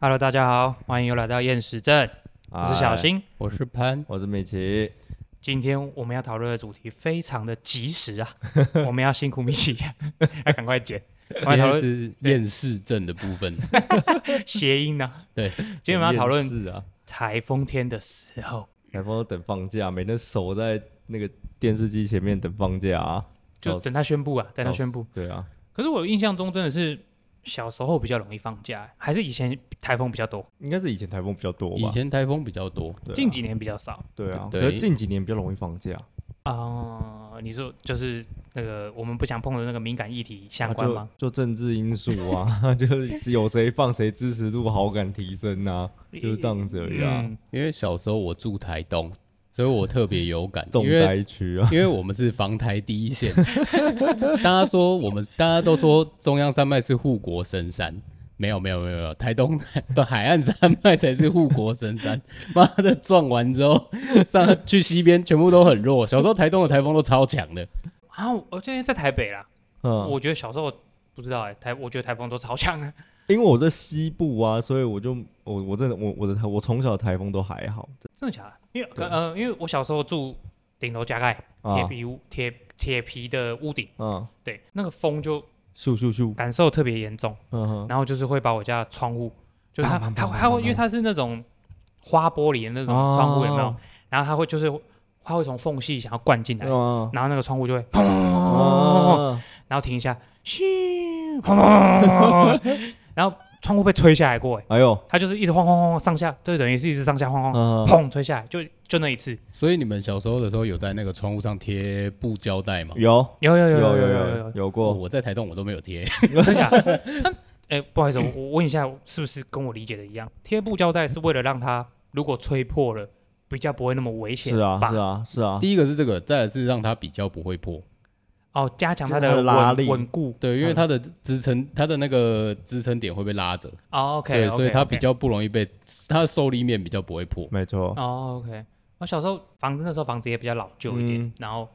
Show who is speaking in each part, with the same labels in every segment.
Speaker 1: Hello，大家好，欢迎又来到厌食症，我是小新。
Speaker 2: 我是潘
Speaker 3: 嗨，，哎我是米奇。
Speaker 1: 今天我们要讨论的主题非常的及时 啊，我们要辛苦米奇， 要赶快剪，赶
Speaker 2: 今
Speaker 1: 快讨
Speaker 2: 天
Speaker 1: 论
Speaker 2: 是厌世症的部 分。
Speaker 1: 谐音呢、
Speaker 2: 对，
Speaker 1: 今天我们要讨论
Speaker 3: 是啊，
Speaker 1: 台风天的时候，
Speaker 3: 台风等放假，每天守在那个电视机前面等放假啊。
Speaker 1: 就
Speaker 3: 笑死
Speaker 1: 等他宣布啊，等他
Speaker 3: 笑死
Speaker 1: 宣布。
Speaker 3: 对啊，
Speaker 1: 可是我印象中真的是小时候比较容易放假、还是以前台风比较多，
Speaker 3: 应该是以前台风比较多
Speaker 2: 以
Speaker 3: 吧？
Speaker 2: 前台风比较多，
Speaker 3: 对啊
Speaker 1: 近几年比较少
Speaker 3: 对啊，
Speaker 2: 对
Speaker 3: 可是近几年比较容易放假，
Speaker 1: 啊、你说就是那个我们不想碰的那个敏感议题相关吗？
Speaker 3: 啊就就政治因素啊， 就是有谁放谁支持度好感提升啊，就是这样子而已啊。
Speaker 1: 嗯，
Speaker 2: 因为小时候我住台东，所以我特别有感，
Speaker 3: 重
Speaker 2: 因为
Speaker 3: 灾区啊，
Speaker 2: 因为我们是防台第一线。大家说我们，大家都说中央山脉是护国神山，没有没有没有没有，台东的海岸山脉才是护国神 山。妈的，撞完之后上去西边全部都很弱。小时候台东的台风都超强的，
Speaker 1: 啊，我今天在台北啦，
Speaker 3: 嗯，
Speaker 1: 我觉得小时候不知道哎、台我觉得台风都超强啊，
Speaker 3: 因为我在西部啊，所以我就我我真的我我的台我从小台风都还好，
Speaker 1: 真的假的？因为
Speaker 3: 对
Speaker 1: 呃，因为我小时候住顶楼加盖铁
Speaker 3: 啊，
Speaker 1: 皮屋，铁铁皮的屋顶，
Speaker 3: 嗯，
Speaker 1: 对，那个风就
Speaker 3: 咻咻咻，
Speaker 1: 感受特别严重，
Speaker 3: 嗯哼，
Speaker 1: 然后就是会把我家的窗户，就是它
Speaker 3: 砰砰
Speaker 1: 它
Speaker 3: 砰
Speaker 1: 它
Speaker 3: 砰
Speaker 1: 会
Speaker 3: 砰
Speaker 1: 因为它是那种花玻璃的那种窗户有没有
Speaker 3: 哦？
Speaker 1: 然后它会就是它会从缝隙想要灌进来，
Speaker 3: 啊
Speaker 1: 然后那个窗户就会砰，
Speaker 3: 哦，
Speaker 1: 然后停一下，咻，砰砰，然后窗户被吹下来过哎。
Speaker 3: 哎呦，
Speaker 1: 它就是一直晃晃晃晃上下，就等于是一直上下晃晃，
Speaker 3: 嗯
Speaker 1: 砰吹下来，就就那一次。
Speaker 2: 所以你们小时候的时候有在那个窗户上贴布胶带吗？
Speaker 3: 有
Speaker 1: 有有有有有有
Speaker 3: 有
Speaker 1: 有，
Speaker 3: 有
Speaker 2: 哦，
Speaker 3: 过，
Speaker 2: 我在台东我都没有贴。
Speaker 1: 真假？但哎，不好意思，我我问一下，是不是跟我理解的一样？贴布胶带是为了让它如果吹破了，比较不会那么危险，
Speaker 3: 是啊
Speaker 1: 吧
Speaker 3: 是啊是啊，
Speaker 2: 第一个是这个，再来是让它比较不会破。
Speaker 1: 哦，加强它
Speaker 3: 这
Speaker 1: 的
Speaker 3: 个拉
Speaker 1: 稳
Speaker 3: 力
Speaker 1: 稳固。
Speaker 2: 对，因为它的支撑，它的那个支撑点会被拉着，
Speaker 1: 哦，OK，
Speaker 2: 对，
Speaker 1: OK，
Speaker 2: 所以它
Speaker 1: OK
Speaker 2: 比较不容易被它的受力面比较不会破。
Speaker 3: 没错，
Speaker 1: 哦，OK。我小时候房子那时候房子也比较老旧一点
Speaker 3: 嗯，
Speaker 1: 然后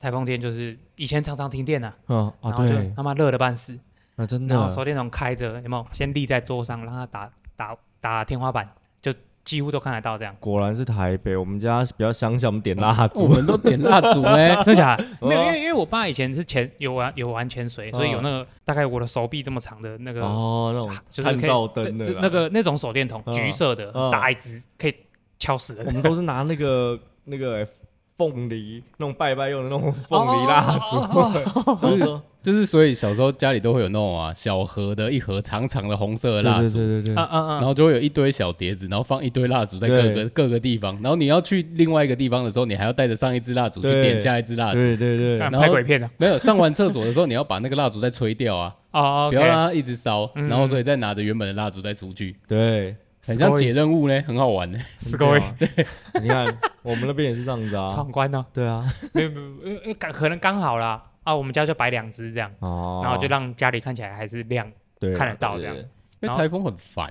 Speaker 1: 台风天就是以前常常停电啊，
Speaker 3: 嗯
Speaker 1: 然
Speaker 3: 啊
Speaker 1: 后就
Speaker 3: 对，
Speaker 1: 他妈热的半死，
Speaker 3: 那真
Speaker 1: 然后
Speaker 3: 的
Speaker 1: 手电筒开着，有没有？先立在桌上，让它打打打天花板，就几乎都看得到 这样。
Speaker 3: 果然是台北，我们家比较乡下，我们点蜡
Speaker 2: 我
Speaker 3: 烛，
Speaker 1: 哦，
Speaker 2: 们都点蜡烛呢
Speaker 1: 真的假的？
Speaker 3: 哦
Speaker 1: 没有，因为因为我爸以前是潜有玩有玩潜水，所以有那个大概我的手臂这么长的那个，
Speaker 3: 哦，那种
Speaker 1: 就是
Speaker 3: 探
Speaker 1: 可以
Speaker 3: 照灯的
Speaker 1: 就
Speaker 3: 啦
Speaker 1: 那，个那种手电筒，
Speaker 3: 嗯
Speaker 1: 橘色的，很
Speaker 3: 嗯
Speaker 1: 大一只，可以敲死人
Speaker 3: 我。们都是拿那个那个凤梨那种拜拜用的那种凤
Speaker 1: 哦
Speaker 3: 梨蜡烛，
Speaker 2: 就
Speaker 3: 就是
Speaker 2: 是 就是所以小时候家里都会有那种啊小盒的一盒长长的红色的蜡烛，
Speaker 3: 对对
Speaker 1: 嗯嗯
Speaker 2: 然
Speaker 1: 嗯，
Speaker 2: 后就会有一堆小碟子，然后放一堆蜡烛在各个
Speaker 3: 对
Speaker 2: 各个地方，然后你要去另外一个地方的时候，你还要带着上一支蜡烛去
Speaker 3: 对
Speaker 2: 点下一支蜡烛。
Speaker 3: 对对对
Speaker 1: 干
Speaker 2: 然
Speaker 1: 拍
Speaker 2: 后
Speaker 1: 鬼片的啊
Speaker 2: 没有上完厕所的时候，你要把那个蜡烛再吹掉啊，
Speaker 1: 哦，
Speaker 2: 不要
Speaker 1: OK
Speaker 2: 让它一直烧，
Speaker 1: 嗯
Speaker 2: 然后所以再拿着原本的蜡烛再出去，
Speaker 3: 对，
Speaker 2: 很像
Speaker 1: Scoy
Speaker 2: 解任务呢，很好玩呢。
Speaker 1: 死各位
Speaker 3: 很屌啊 你看我们那边也是这样子啊，
Speaker 1: 闯关 呢，
Speaker 3: 对啊，
Speaker 1: 没有没有没有，因为刚可能刚好啦啊，我们家就摆两只这样，
Speaker 3: 哦，
Speaker 1: 然后就让家里看起来还是亮。
Speaker 3: 对啊
Speaker 1: 看得到这样， 然
Speaker 2: 因为
Speaker 1: 后
Speaker 2: 台风很烦，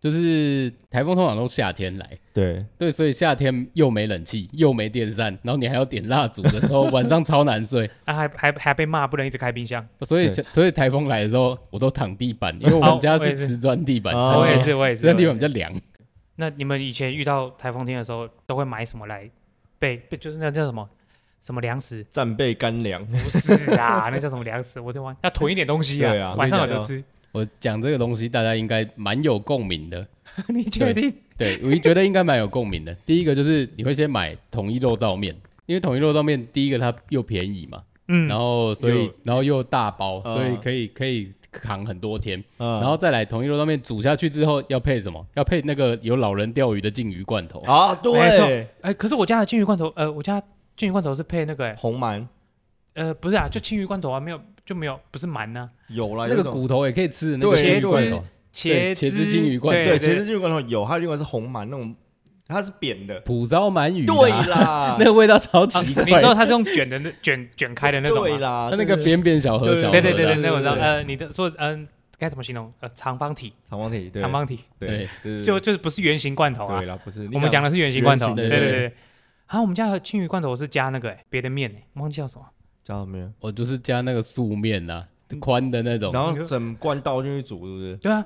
Speaker 2: 就是台风通常都夏天来，
Speaker 3: 对
Speaker 2: 对，所以夏天又没冷气，又没电扇，然后你还要点蜡烛的时 候，晚上超难睡。
Speaker 1: 啊，还还还被骂不能一直开冰箱。
Speaker 2: 所以
Speaker 3: 对
Speaker 2: 所以台风来的时候，我都躺地板，因为我们家
Speaker 1: 哦我也
Speaker 2: 是
Speaker 1: 是
Speaker 2: 瓷砖地板，
Speaker 3: 哦
Speaker 1: 我也是，我也
Speaker 2: 瓷
Speaker 1: 是。
Speaker 2: 砖地
Speaker 1: 我也
Speaker 2: 板比
Speaker 1: 是
Speaker 2: 较凉。
Speaker 1: 那你们以前遇到台风天的时候，都会买什么来备？备就是那叫什么什么粮食？
Speaker 3: 战备干粮，
Speaker 2: 嗯
Speaker 1: 不是啦，那叫什么粮食？我就玩要囤一点东西
Speaker 3: 对啊
Speaker 1: 晚上有
Speaker 3: 我
Speaker 1: 得
Speaker 3: 跟
Speaker 1: 吃。
Speaker 2: 我讲这个东西，大家应该蛮有共鸣的。
Speaker 1: 你确定？
Speaker 2: 对，我觉得应该蛮有共鸣的。第一个就是你会先买统一肉燥面，因为统一肉燥面第一个它又便宜嘛，
Speaker 1: 嗯，
Speaker 2: 然后所以
Speaker 3: 又
Speaker 2: 然后又大包，
Speaker 3: 嗯
Speaker 2: 所以可以可以扛很多天，
Speaker 3: 然
Speaker 2: 然后再来统一肉燥面煮下去之后要配什么？要配那个有老人钓鱼的金鱼罐头。
Speaker 3: 啊，
Speaker 1: 没
Speaker 3: 对
Speaker 1: 错，哎，可是我家的金鱼罐头，呃，我家金鱼罐头是配那个，哎
Speaker 3: 红蛮
Speaker 1: 呃，不是啊，就青鱼罐头啊，没有就没有，不是啊鳗呢，
Speaker 3: 有啦，
Speaker 2: 啊
Speaker 3: 有
Speaker 2: 那
Speaker 3: 一
Speaker 2: 个
Speaker 3: 种
Speaker 2: 骨头也可以吃的那个
Speaker 3: 对
Speaker 2: 金鱼罐
Speaker 1: 对
Speaker 2: 头，
Speaker 1: 茄
Speaker 2: 对茄子金鱼罐头
Speaker 1: 对
Speaker 3: 对，其
Speaker 1: 对
Speaker 3: 实。金鱼罐头有，还有另外是红蛮那种，它是扁的，
Speaker 2: 蒲烧鳗鱼、啊。
Speaker 3: 对啦，
Speaker 2: 那个味道超
Speaker 1: 啊
Speaker 2: 奇怪。
Speaker 1: 你知道它是用卷的那卷卷开的那种
Speaker 3: 对
Speaker 1: 吗？
Speaker 3: 啦，
Speaker 2: 它 那个
Speaker 3: 对
Speaker 2: 扁扁小盒小盒的
Speaker 1: 对
Speaker 2: 啊，
Speaker 1: 对对对，
Speaker 3: 对
Speaker 1: 那我知道。
Speaker 3: 对对
Speaker 1: 呃，你的说嗯，该怎么形容？呃，长方体，
Speaker 3: 长方体，对
Speaker 1: 长方体，
Speaker 3: 对
Speaker 2: 对
Speaker 3: 对对，
Speaker 1: 就
Speaker 3: 对
Speaker 1: 就是不是圆形罐头啊
Speaker 3: 对。啦，不是
Speaker 1: 我们讲
Speaker 3: 的
Speaker 1: 的是圆形罐头，
Speaker 3: 圆
Speaker 1: 对
Speaker 3: 形的
Speaker 1: 对
Speaker 2: 对
Speaker 1: 对。对啊，我们家的青鱼罐头是加那个哎别的面哎，忘记叫什么。
Speaker 3: 叫什么呀？
Speaker 2: 我啊就是加那个素面呐、宽的那种。
Speaker 3: 嗯然
Speaker 1: 你
Speaker 3: 后
Speaker 1: 说
Speaker 3: 整罐倒进去煮，是不是？
Speaker 1: 对啊，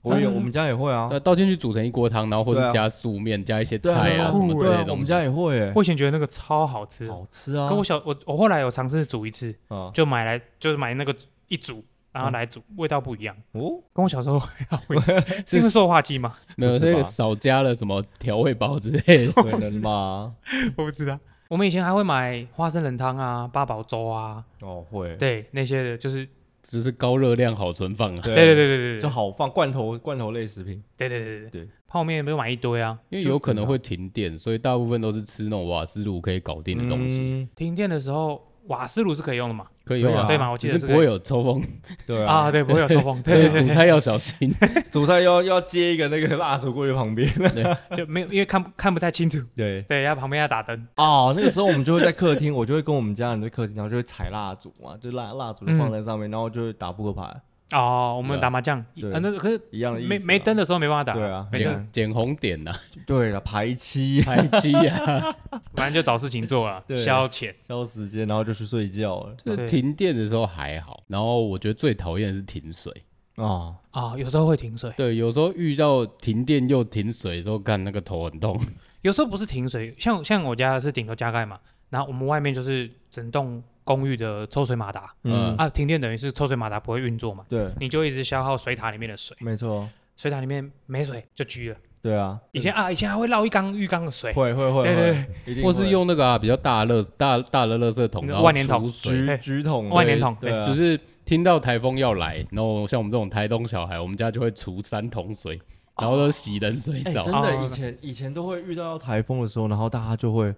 Speaker 3: 我也有
Speaker 2: 嗯
Speaker 3: 我们家也会啊
Speaker 2: 对，，倒进去煮成一锅汤，然后或
Speaker 3: 对
Speaker 2: 者
Speaker 3: 啊
Speaker 2: 加素面、加一些
Speaker 3: 对
Speaker 2: 菜啊
Speaker 3: 啊，
Speaker 2: 什么之
Speaker 3: 对
Speaker 2: 类的
Speaker 3: 啊，我
Speaker 2: 东
Speaker 3: 们
Speaker 2: 西。
Speaker 3: 家也会诶，
Speaker 1: 我以前觉得那个超好吃，
Speaker 3: 好吃啊
Speaker 1: 可，我小我我后来有尝试煮一次，
Speaker 3: 啊
Speaker 1: 就买来就是买那个一煮，然后来煮，味道不一样，
Speaker 3: 哦，
Speaker 1: 跟我小时候 味道不一样，是因为塑化剂吗？
Speaker 2: 没有
Speaker 3: 不是
Speaker 2: 这
Speaker 3: 吧。
Speaker 2: 个少加了什么调味包之类的
Speaker 3: 可能吧，
Speaker 1: 我不知道。我们以前还会买花生仁汤啊、八宝粥啊，
Speaker 3: 哦会，
Speaker 1: 对那些的，就是
Speaker 2: 就是高热量好存放啊，
Speaker 1: 对对对对对对，
Speaker 3: 就好放罐头罐头类食品，
Speaker 1: 对对对
Speaker 3: 对
Speaker 1: 泡面不是买一堆啊？
Speaker 2: 因为有可能会停电，所以大部分都是吃那种瓦斯炉可以搞定的东西，
Speaker 3: 嗯，
Speaker 1: 停电的时候瓦斯炉是可以用的嘛？
Speaker 2: 可以用
Speaker 3: 对啊
Speaker 2: 啊。
Speaker 1: 对嘛我记得
Speaker 2: 只
Speaker 1: 是
Speaker 2: 是
Speaker 1: 可以
Speaker 2: 不会有抽风，
Speaker 3: 对啊，
Speaker 1: 啊，对，不会有抽风，
Speaker 2: 所
Speaker 1: 对
Speaker 2: 以
Speaker 1: 对
Speaker 2: 煮
Speaker 1: 对
Speaker 2: 菜要小心。
Speaker 3: 主菜要要接一个那个蜡烛过去旁边，
Speaker 1: 对， 就没有因为看不看不太清楚，
Speaker 3: 对，
Speaker 1: 对，然后旁边要打灯，
Speaker 3: 哦，那个时候我们就会在客厅，我就会跟我们家人在客厅，然后就会踩蜡烛嘛，就蜡蜡烛就放在上面，然后就会打扑克牌，
Speaker 1: 哦，我们
Speaker 2: 对啊
Speaker 1: 打麻将，啊，
Speaker 3: 对
Speaker 1: 那可是
Speaker 3: 一样的意思啊。
Speaker 1: 没没灯的时候没办法打，
Speaker 3: 对啊，
Speaker 1: 没灯，
Speaker 2: 捡捡红点呐、啊，
Speaker 3: 对了， 排期
Speaker 2: 排机啊，
Speaker 1: 反正就找事情做 啊，
Speaker 3: 对
Speaker 1: 消遣。
Speaker 3: 消时间，然后就去睡觉了
Speaker 2: 就
Speaker 1: 对
Speaker 2: 是停电的时候还好。然后我觉得最讨厌的是停水，
Speaker 3: 啊。
Speaker 1: 啊、有时候会停水，
Speaker 2: 对，有时候遇到停电又停水的时候，干那个头很痛。
Speaker 1: 有时候不是停水，像像我家是顶楼加盖嘛，然后我们外面就是整栋公寓的抽水马达、
Speaker 3: 嗯
Speaker 2: 嗯，
Speaker 1: 啊，停电等于是抽水马达不会运作嘛，
Speaker 3: 对，
Speaker 1: 你就一直消耗水塔里面的水，
Speaker 3: 没错，
Speaker 1: 水塔里面没水就焗了。
Speaker 3: 对啊，
Speaker 1: 以前啊，以前还会绕一缸浴缸的水，
Speaker 3: 会会会，
Speaker 1: 对对
Speaker 3: 会，一定
Speaker 2: 或
Speaker 3: 会
Speaker 2: 是用那个啊比较大的垃大大的垃圾桶，
Speaker 1: 那
Speaker 2: 然后
Speaker 1: 万年桶
Speaker 2: 储水，
Speaker 1: 对
Speaker 3: 橘橘桶的，
Speaker 1: 万年桶
Speaker 3: 对啊，
Speaker 2: 就是是听到台风要来，然后像我们这种台东小孩，我们家就会储三桶水，然后都洗冷水
Speaker 3: 哎，
Speaker 2: 澡。
Speaker 3: 真
Speaker 1: 哦
Speaker 3: 的，以前以前都会遇到台风的时候，然后大家就会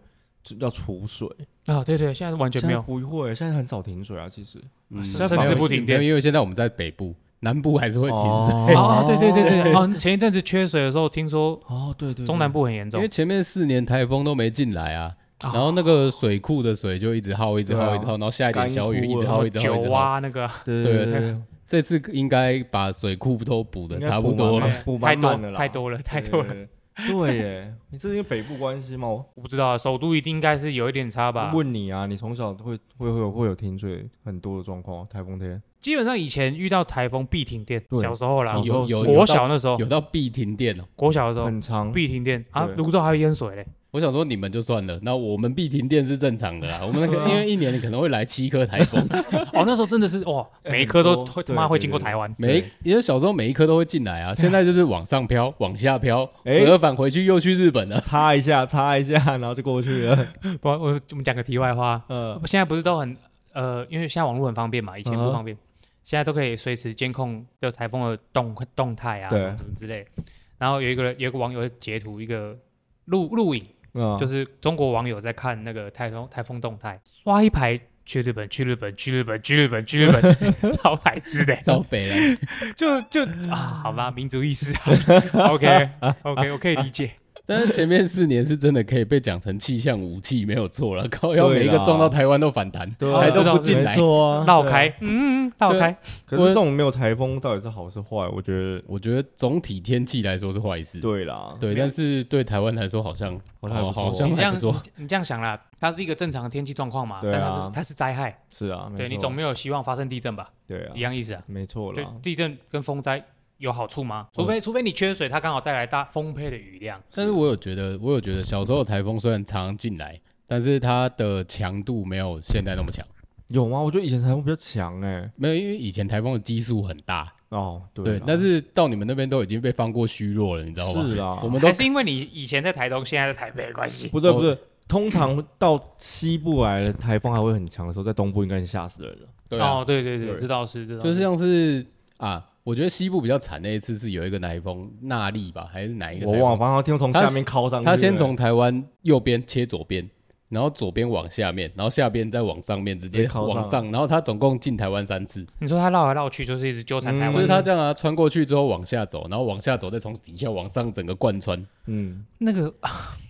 Speaker 3: 就要储水，
Speaker 1: 啊，对对，现在完全
Speaker 3: 现
Speaker 1: 没
Speaker 3: 在
Speaker 1: 有，
Speaker 3: 不会，现在很少停水啊，其实
Speaker 2: 嗯
Speaker 1: 甚
Speaker 3: 至
Speaker 2: 没有
Speaker 1: 不停电
Speaker 2: 没有因为现在我们在北部，南部还是会停水。
Speaker 1: 哦，
Speaker 3: 哦
Speaker 1: 对对对对，哦，前一阵子缺水的时候，听说
Speaker 3: 哦，对对，
Speaker 1: 中南部很严
Speaker 2: 因
Speaker 1: 重
Speaker 2: 为，前面四年台风都没进来啊，
Speaker 1: 啊
Speaker 2: 然后那个水库的水就一直耗，一直
Speaker 3: 对
Speaker 2: 耗，
Speaker 3: 啊
Speaker 2: 一直耗，然后下一点小雨
Speaker 3: 干枯
Speaker 2: 一
Speaker 3: 了
Speaker 2: 直
Speaker 1: 然后
Speaker 2: 耗，一直耗，一直
Speaker 1: 酒
Speaker 2: 耗。
Speaker 1: 啊那 个，
Speaker 3: 对
Speaker 2: 对
Speaker 3: 对对，
Speaker 2: 这次应该把水库都补的
Speaker 3: 应该
Speaker 2: 差不
Speaker 3: 补满
Speaker 2: 多
Speaker 3: 了
Speaker 2: 了。
Speaker 1: 哎
Speaker 3: 补
Speaker 1: 太
Speaker 3: 满
Speaker 1: 多
Speaker 3: 满了啦
Speaker 1: 太多了 太多了，
Speaker 3: 对。对耶， 你这是因为北部关系吗？我
Speaker 1: 我不知道，首都一定应该是有一点差吧。
Speaker 3: 问你啊，你从小会会会有会有停水很多的状况，台风天。
Speaker 1: 基本上以前遇到台风必停电，
Speaker 3: 对
Speaker 1: 小时候啦
Speaker 3: 小，时
Speaker 2: 有
Speaker 3: 候
Speaker 2: 有
Speaker 3: 是
Speaker 1: 国
Speaker 2: 有
Speaker 1: 小
Speaker 2: 到
Speaker 1: 那时候，
Speaker 2: 有到必停电哦。
Speaker 1: 国小的时候
Speaker 3: 很长，
Speaker 1: 必停电啊，
Speaker 3: 嗯对
Speaker 1: 泸州还有淹水嘞，
Speaker 2: 我想说你们就算了，那我们必停电是正常的啦。我们那 个因为一年可能会来七颗台风，
Speaker 1: 哦，那时候真的是 哇，
Speaker 3: 哎
Speaker 1: 每一颗都
Speaker 3: 很多
Speaker 1: 会他
Speaker 3: 对
Speaker 1: 妈
Speaker 3: 对
Speaker 1: 会经过
Speaker 3: 对
Speaker 1: 台湾，
Speaker 2: 每一
Speaker 3: 对
Speaker 2: 因为小时候每一颗都会进来啊，现在就是往上飘，往 下飘，
Speaker 3: 哎
Speaker 2: 折返回去又去日本 了。
Speaker 3: 擦一下，擦一下，然后就过去了。
Speaker 1: 不，我我们讲个题外话，
Speaker 3: 嗯，
Speaker 1: 现在不是都很呃，因为现在网络很方便嘛，以前
Speaker 3: 嗯
Speaker 1: 不
Speaker 3: 哼
Speaker 1: 方便，现在都可以随时监控就台风的动动态啊，
Speaker 3: 对
Speaker 1: 什么什么之类。然后有一个人有一个网友截图一个录录影，
Speaker 3: 嗯
Speaker 1: 就是中国网友在看那个台风台风动态，刷一排去日本去日本去日本去日本去日 本，超白痴的，
Speaker 2: 招北了，
Speaker 1: 就就啊，好
Speaker 3: 嗯
Speaker 1: 吧，民族意识啊 ，OK OK，我可以理解。
Speaker 2: 但是前面四年是真的可以被讲成气象武器，没有错了。靠，要
Speaker 3: 对啦
Speaker 2: 每一个撞到台湾都反弹，
Speaker 3: 对
Speaker 2: 台
Speaker 3: 啊，
Speaker 2: 都不进
Speaker 3: 没
Speaker 2: 来。
Speaker 3: 错 啊，
Speaker 1: 绕
Speaker 3: 对啊
Speaker 1: 开。，嗯，嗯绕
Speaker 2: 对
Speaker 1: 开，
Speaker 3: 可是这种没有台风到底是好是坏？我觉得
Speaker 2: 我觉得总体天气来说是坏事，
Speaker 3: 对啦，
Speaker 2: 对，
Speaker 1: 没有
Speaker 2: 但是对台湾来说好像
Speaker 3: 好像还不错啊
Speaker 2: 好
Speaker 1: 你
Speaker 2: 像
Speaker 1: 这
Speaker 2: 还
Speaker 1: 样
Speaker 2: 不错。
Speaker 1: 你这样想啦，它是一个正常的天气状况嘛，
Speaker 3: 对
Speaker 1: 但它
Speaker 3: 啊
Speaker 1: 是它是灾害，
Speaker 3: 是啊，没
Speaker 1: 对你
Speaker 3: 错
Speaker 1: 总没有希望发生地震吧？
Speaker 3: 对啊
Speaker 1: 一，样意思啊。
Speaker 3: 没错
Speaker 1: 对
Speaker 3: 啦，，
Speaker 1: 地震跟风灾有好处
Speaker 3: 哦
Speaker 1: 吗？除非除非你缺水，它刚好带来大丰沛的雨量。
Speaker 2: 但是我有觉得，我有觉得小时候的台风虽然常常进来，但是它的强度没有现在那么强。
Speaker 3: 有吗？我觉得以前台风比较强哎。
Speaker 2: 没有，因为以前台风的基数很大，
Speaker 3: 哦，
Speaker 2: 对，
Speaker 3: 啦
Speaker 2: 但是到你们那边都已经被放过虚弱了，你知道吗？
Speaker 3: 是啦，
Speaker 2: 我们都
Speaker 1: 还是因为你以前在台东，现在在台北的关系。
Speaker 3: 不对
Speaker 2: 哦
Speaker 3: 不对，通常到西部来的台风还会很强的时候，在东部应该是吓死人了。
Speaker 2: 对啊，
Speaker 1: 哦，对对对，
Speaker 3: 对
Speaker 1: 这倒是，这倒
Speaker 2: 就像是啊，我觉得西部比较惨那一次是有一个台风纳利吧，还是哪一个台
Speaker 3: 我
Speaker 2: 风？
Speaker 3: 忘了，反正听从
Speaker 2: 他
Speaker 3: 下面靠上去了，
Speaker 2: 他先从台湾右边切左边，然后左边往下面，然后下边再往上面，
Speaker 3: 直
Speaker 2: 直接
Speaker 3: 接靠上
Speaker 2: 往上。然后他总共进台湾三次，
Speaker 1: 你说它绕来绕去，就是一直纠缠台
Speaker 3: 嗯
Speaker 2: 就
Speaker 1: 湾
Speaker 2: 是。他这样啊，穿过去之后往下走，然后往下走，再从底下往上整个贯穿。
Speaker 3: 嗯，
Speaker 1: 那个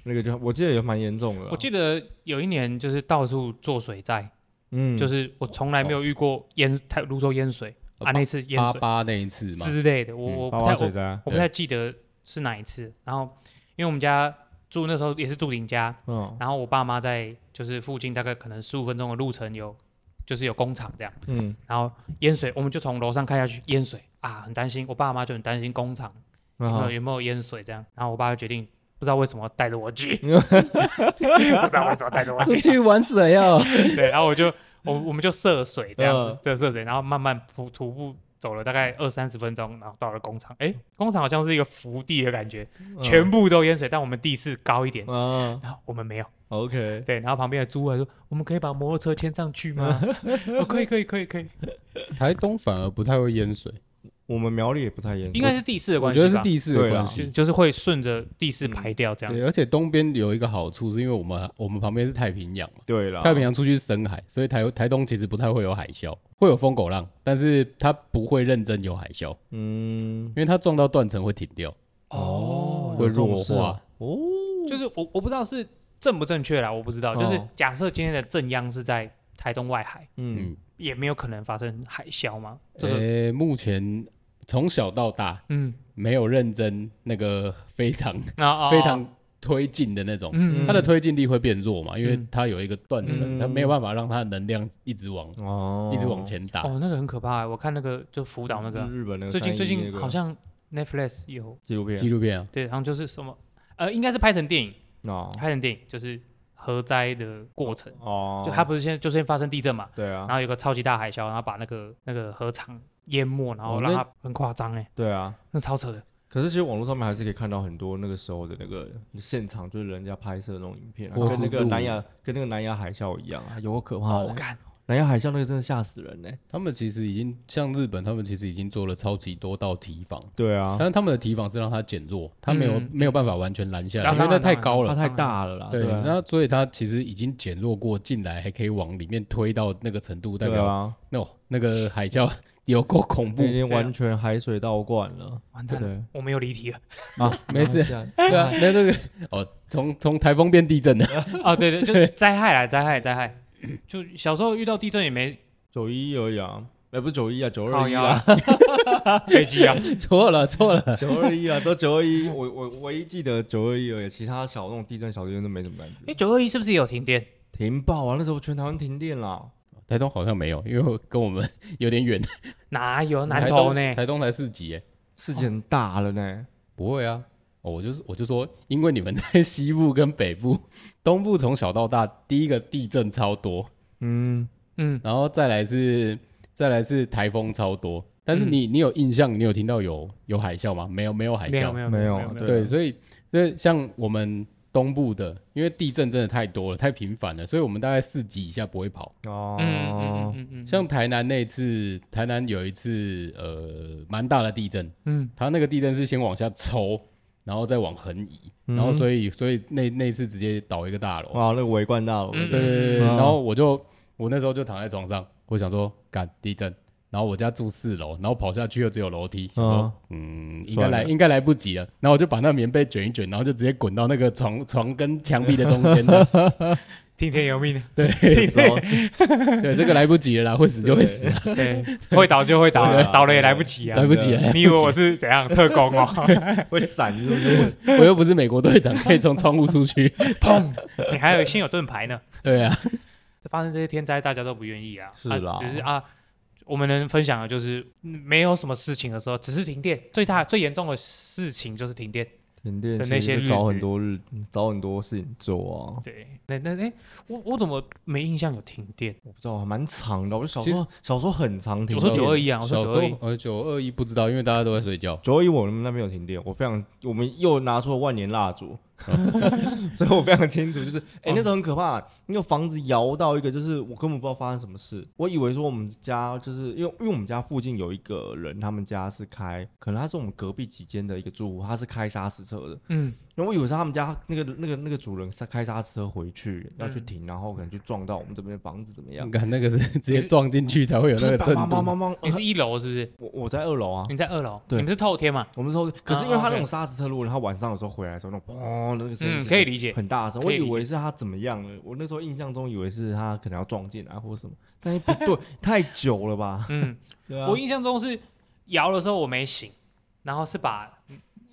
Speaker 3: 那个就我记得也蛮严重的啦，啊
Speaker 1: 我记得有一年就是到处做水灾，
Speaker 3: 嗯
Speaker 1: 就是我从来没有遇过淹台泸州淹水
Speaker 2: 哦
Speaker 1: 啊，那次淹
Speaker 2: 八
Speaker 1: 水
Speaker 2: 八那一次嘛，
Speaker 1: 之类的，我
Speaker 2: 嗯
Speaker 1: 我
Speaker 3: 八
Speaker 1: 不
Speaker 3: 八
Speaker 1: 太
Speaker 3: 水
Speaker 1: 我
Speaker 3: 灾，
Speaker 1: 我不太记得是哪一次。然后因为我们家住那时候也是住邻家，
Speaker 3: 嗯
Speaker 1: 然后我爸妈在就是附近大概可能十五分钟的路程有，就是有工厂这样，
Speaker 3: 嗯
Speaker 1: 然后淹水，我们就从楼上看下去淹水啊，很担心，我爸妈就很担心工厂 有没
Speaker 2: 嗯
Speaker 3: 啊
Speaker 1: 有有没有淹水这样，然后我爸就决定不知道为什么带着我 去， 不知道为什么带着我
Speaker 2: 出
Speaker 1: 去，
Speaker 2: 去玩水哦，
Speaker 1: 对，然后我就我我们就涉水这样
Speaker 3: 嗯
Speaker 1: 子，涉涉水，然后慢慢徒徒步走了大
Speaker 2: 嗯
Speaker 1: 概二三十分钟，然后到了工厂，哎，工厂好像是一个福地的感觉，
Speaker 2: 嗯
Speaker 1: 全部都淹水，但我们地势高一点，
Speaker 3: 嗯啊
Speaker 1: 然后我们没有。
Speaker 3: ，OK，
Speaker 1: 对，然后旁边的租户还说：“我们可以把摩托车牵上去吗？”
Speaker 2: 嗯
Speaker 1: 我可以，可以，可以，可以，
Speaker 2: 台东反而不太会淹水，
Speaker 3: 我们苗栗也不太严重，
Speaker 1: 应该是地势的
Speaker 2: 我
Speaker 1: 关系
Speaker 2: 觉
Speaker 1: 吧，
Speaker 2: 得是地势的
Speaker 3: 对啊
Speaker 2: 关
Speaker 1: 就
Speaker 2: 系。
Speaker 1: 就是会顺着地势排掉这样。
Speaker 2: 对，而且东边有一个好处，是因为我们我们旁边是太平洋嘛，
Speaker 3: 对
Speaker 1: 哦
Speaker 3: 啦，
Speaker 2: 太平洋出去是深海，所以台台东其实不太会有海啸，会有疯狗浪，但是它不会认真有海啸，
Speaker 3: 嗯
Speaker 2: 因为它撞到断层会停掉，
Speaker 3: 哦
Speaker 2: 会
Speaker 3: 有这种
Speaker 2: 弱
Speaker 3: 事啊
Speaker 2: 化。
Speaker 3: 哦，
Speaker 1: 就是我我不知道是正不正确啦，我不知道。就是
Speaker 3: 哦
Speaker 1: 假设今天的正央是在台东外海，
Speaker 3: 嗯
Speaker 2: 嗯，
Speaker 1: 也没有可能发生海啸吗？这
Speaker 3: 哎
Speaker 1: 个，
Speaker 2: 呃，目前从小到大
Speaker 1: 嗯，
Speaker 2: 没有认真那个 非常
Speaker 1: 啊啊，啊
Speaker 2: 非，常推进的那种，
Speaker 1: 嗯，
Speaker 2: 它的推进力会变弱嘛，因为
Speaker 1: 嗯
Speaker 2: 它有一个断
Speaker 3: 嗯
Speaker 2: 层，它没有办法让它的能量一直往
Speaker 3: 哦，
Speaker 2: 一直往前打。
Speaker 1: 哦，那个很可怕欸。我看那个就福岛那个啊，
Speaker 3: 日本那个
Speaker 1: 最近最
Speaker 3: 311
Speaker 1: 近
Speaker 3: 嗯那个
Speaker 1: 好像 Netflix 有，
Speaker 3: 纪录片
Speaker 2: 纪录片啊，
Speaker 1: 对，然后就是什么，呃，应该是拍成电影，
Speaker 3: 哦
Speaker 1: 拍成电影就是核灾的过程。
Speaker 3: 哦，
Speaker 1: 就它不是先就先发生地震嘛，
Speaker 3: 对啊
Speaker 1: 然，后有个超级大海啸，然后把那个那个河场淹没，然后
Speaker 2: 哦
Speaker 1: 让
Speaker 2: 那
Speaker 1: 它很夸张哎，
Speaker 3: 对啊。
Speaker 1: 那超扯的。
Speaker 3: 可是其实网络上面还是可以看到很多那个时候的那个现场，就是人家拍摄的那种影片、啊，
Speaker 2: 我
Speaker 3: 跟那
Speaker 2: 是
Speaker 3: 个
Speaker 2: 录
Speaker 3: 南亚跟那个南亚海啸一样啊，有够可怕
Speaker 1: 我
Speaker 3: 的。
Speaker 1: 干，
Speaker 3: 南亚海啸那个真的吓死人呢、
Speaker 2: 他们其实已经像日本，他们其实已经做了超级多道提防，
Speaker 3: 对啊
Speaker 2: 但，是他们的提防是让它减弱，它没有
Speaker 1: 嗯
Speaker 2: 没有办法完全拦下来，
Speaker 1: 啊
Speaker 2: 因为
Speaker 1: 当
Speaker 2: 那
Speaker 1: 然
Speaker 2: 太
Speaker 1: 当然
Speaker 2: 高
Speaker 3: 它
Speaker 2: 了。
Speaker 3: 太大了啦。
Speaker 2: 对，
Speaker 3: 啊
Speaker 2: 那所以它其实已经减弱过，进来还可以往里面推到那个程度，代
Speaker 3: 对
Speaker 2: 表
Speaker 3: 啊，
Speaker 2: 那那个海啸 有够恐怖
Speaker 3: 那已。经
Speaker 1: 对啊
Speaker 3: 完全海水倒灌了。
Speaker 1: 完蛋了，
Speaker 3: 对
Speaker 1: 我们又离题了
Speaker 3: 啊，
Speaker 2: 没事
Speaker 3: 等一下，
Speaker 2: 对啊，那这个哦，从从台风变地震了。
Speaker 1: 啊！对对，就是灾害啦，灾害灾害。就小时候遇到地震也没
Speaker 3: 九一而已啊，哎、不是九一啊，九
Speaker 1: 靠
Speaker 3: 二一
Speaker 1: 腰
Speaker 3: 啊
Speaker 1: 啊，，飞机 啊，
Speaker 2: 错了错了，
Speaker 3: 九二一啊，都九二一。 我我唯一记得九二一而已，其他小那种地震小地震都没什么感觉。
Speaker 1: 哎，九二一是不是也有停电？
Speaker 3: 停爆啊，那时候全台湾停电啦。
Speaker 1: 嗯
Speaker 2: 台东好像没有，因为我跟我们有点远。
Speaker 1: 哪有南投
Speaker 2: 台
Speaker 1: 呢
Speaker 2: 东？台东才四级耶，
Speaker 3: 事情很大了呢。
Speaker 2: 不会啊。哦，我就是我就说，因为你们 在西部跟北部，东部从小到大第一个地震超多，
Speaker 3: 嗯，
Speaker 1: 嗯，
Speaker 2: 然后再来是再来是台风超多。但
Speaker 1: 嗯
Speaker 2: 是你、你有印象，你有听到有有海啸吗？没有，没有海
Speaker 1: 没有
Speaker 2: 啸
Speaker 1: 没。有
Speaker 3: 没有
Speaker 1: 没有没有
Speaker 3: 对啊
Speaker 2: 对，所以那像我们东部的，因为地震真的太多了，太频繁了，所以我们大概四级以下不会跑。
Speaker 3: 哦，
Speaker 1: 嗯嗯嗯嗯嗯，
Speaker 2: 像台南那一次，台南有一次呃蛮大的地震，
Speaker 1: 嗯
Speaker 2: 它那个地震是先往下抽，然后再往横移，
Speaker 3: 嗯
Speaker 2: 然后所以所以那那一次直接倒一个大楼。
Speaker 3: 哇，那个围观大楼，
Speaker 1: 嗯
Speaker 2: 对对对对对，
Speaker 3: 嗯
Speaker 2: 然后我就我那时候就躺在床上，我想说干地震。然后我家住四楼，然后跑下去又只有楼梯，想说嗯，应该
Speaker 3: 算
Speaker 2: 来
Speaker 3: 了
Speaker 2: 应该来不及了。然后我就把那棉被卷一卷，然后就直接滚到那个床床跟墙壁的中间的。
Speaker 1: 听天由命，啊
Speaker 2: 对
Speaker 3: 走
Speaker 2: 对，这个来不及了啦，会死就会死啊。
Speaker 1: 对，会倒就会倒
Speaker 3: 对
Speaker 1: 了，
Speaker 3: 啊
Speaker 1: 倒了也来不及啊
Speaker 2: 来！不及了。
Speaker 1: 你以为我是怎样特工哦？
Speaker 3: 会闪是不是？
Speaker 2: 我又不是美国队长，可以从窗户出去。
Speaker 1: 你还有先有盾牌呢。
Speaker 2: 对啊，
Speaker 1: 这发生这些天灾，大家都不愿意啊。
Speaker 3: 是
Speaker 1: 啊
Speaker 3: 啦
Speaker 1: 只是啊，我们能分享的就是嗯没有什么事情的时候，只是停电。最大最严重的事情就是停电。
Speaker 3: 停电
Speaker 1: 的那些
Speaker 3: 其
Speaker 1: 日子
Speaker 3: 实找很多日，嗯找很多事情做
Speaker 2: 哦
Speaker 3: 啊。
Speaker 1: 对，那那哎，我我怎么没印象有停电？
Speaker 3: 我不知道，还蛮长的。我小
Speaker 2: 其
Speaker 3: 时
Speaker 2: 实
Speaker 3: 候小时候很长停
Speaker 1: 我
Speaker 3: 电。
Speaker 1: 说九二一啊，我
Speaker 2: 小
Speaker 1: 说九
Speaker 2: 时
Speaker 1: 二一
Speaker 2: 候，呃九二一不知道，因为大家都在睡觉。
Speaker 3: 九二一，我们那边有停电，我非常，我们又拿出了万年蜡烛， 所以我非常清楚，就是，哎、那时候很可怕，那个房子摇到一个，就是我根本不知道发生什么事，我以为说我们家就是因为因为我们家附近有一个人，他们家是开，可能他是我们隔壁几间的一个住户，他是开砂石车的，
Speaker 1: 嗯，
Speaker 3: 然后我以为是他们家那个那个那个主人是开砂石车回去要去
Speaker 1: 嗯
Speaker 3: 停，然后可能就撞到我们这边的房子怎么样
Speaker 2: 你，看那个是直接撞进去才会嗯有那个震
Speaker 3: 砰砰
Speaker 2: 动。
Speaker 3: 砰砰砰
Speaker 1: 你是一楼是不是？
Speaker 3: 我我在二楼啊，
Speaker 1: 你在二楼，你
Speaker 3: 对
Speaker 1: 们是透天嘛？
Speaker 3: 我们说，可是因为
Speaker 1: 啊
Speaker 3: 他那
Speaker 1: ，OK
Speaker 3: 种砂石车，如果他晚上有时候回来的时候，那种砰的那个声音，
Speaker 1: 嗯，可以理解。
Speaker 3: 很大声，
Speaker 1: 可
Speaker 3: 我
Speaker 1: 以
Speaker 3: 以
Speaker 1: 理解
Speaker 3: 为是他怎么样了，我那时候印象中以为是他可能要撞进来或什么，但是不对，太久了吧？
Speaker 1: 嗯，
Speaker 3: 对啊
Speaker 1: 我印象中是摇的时候我没醒，然后是把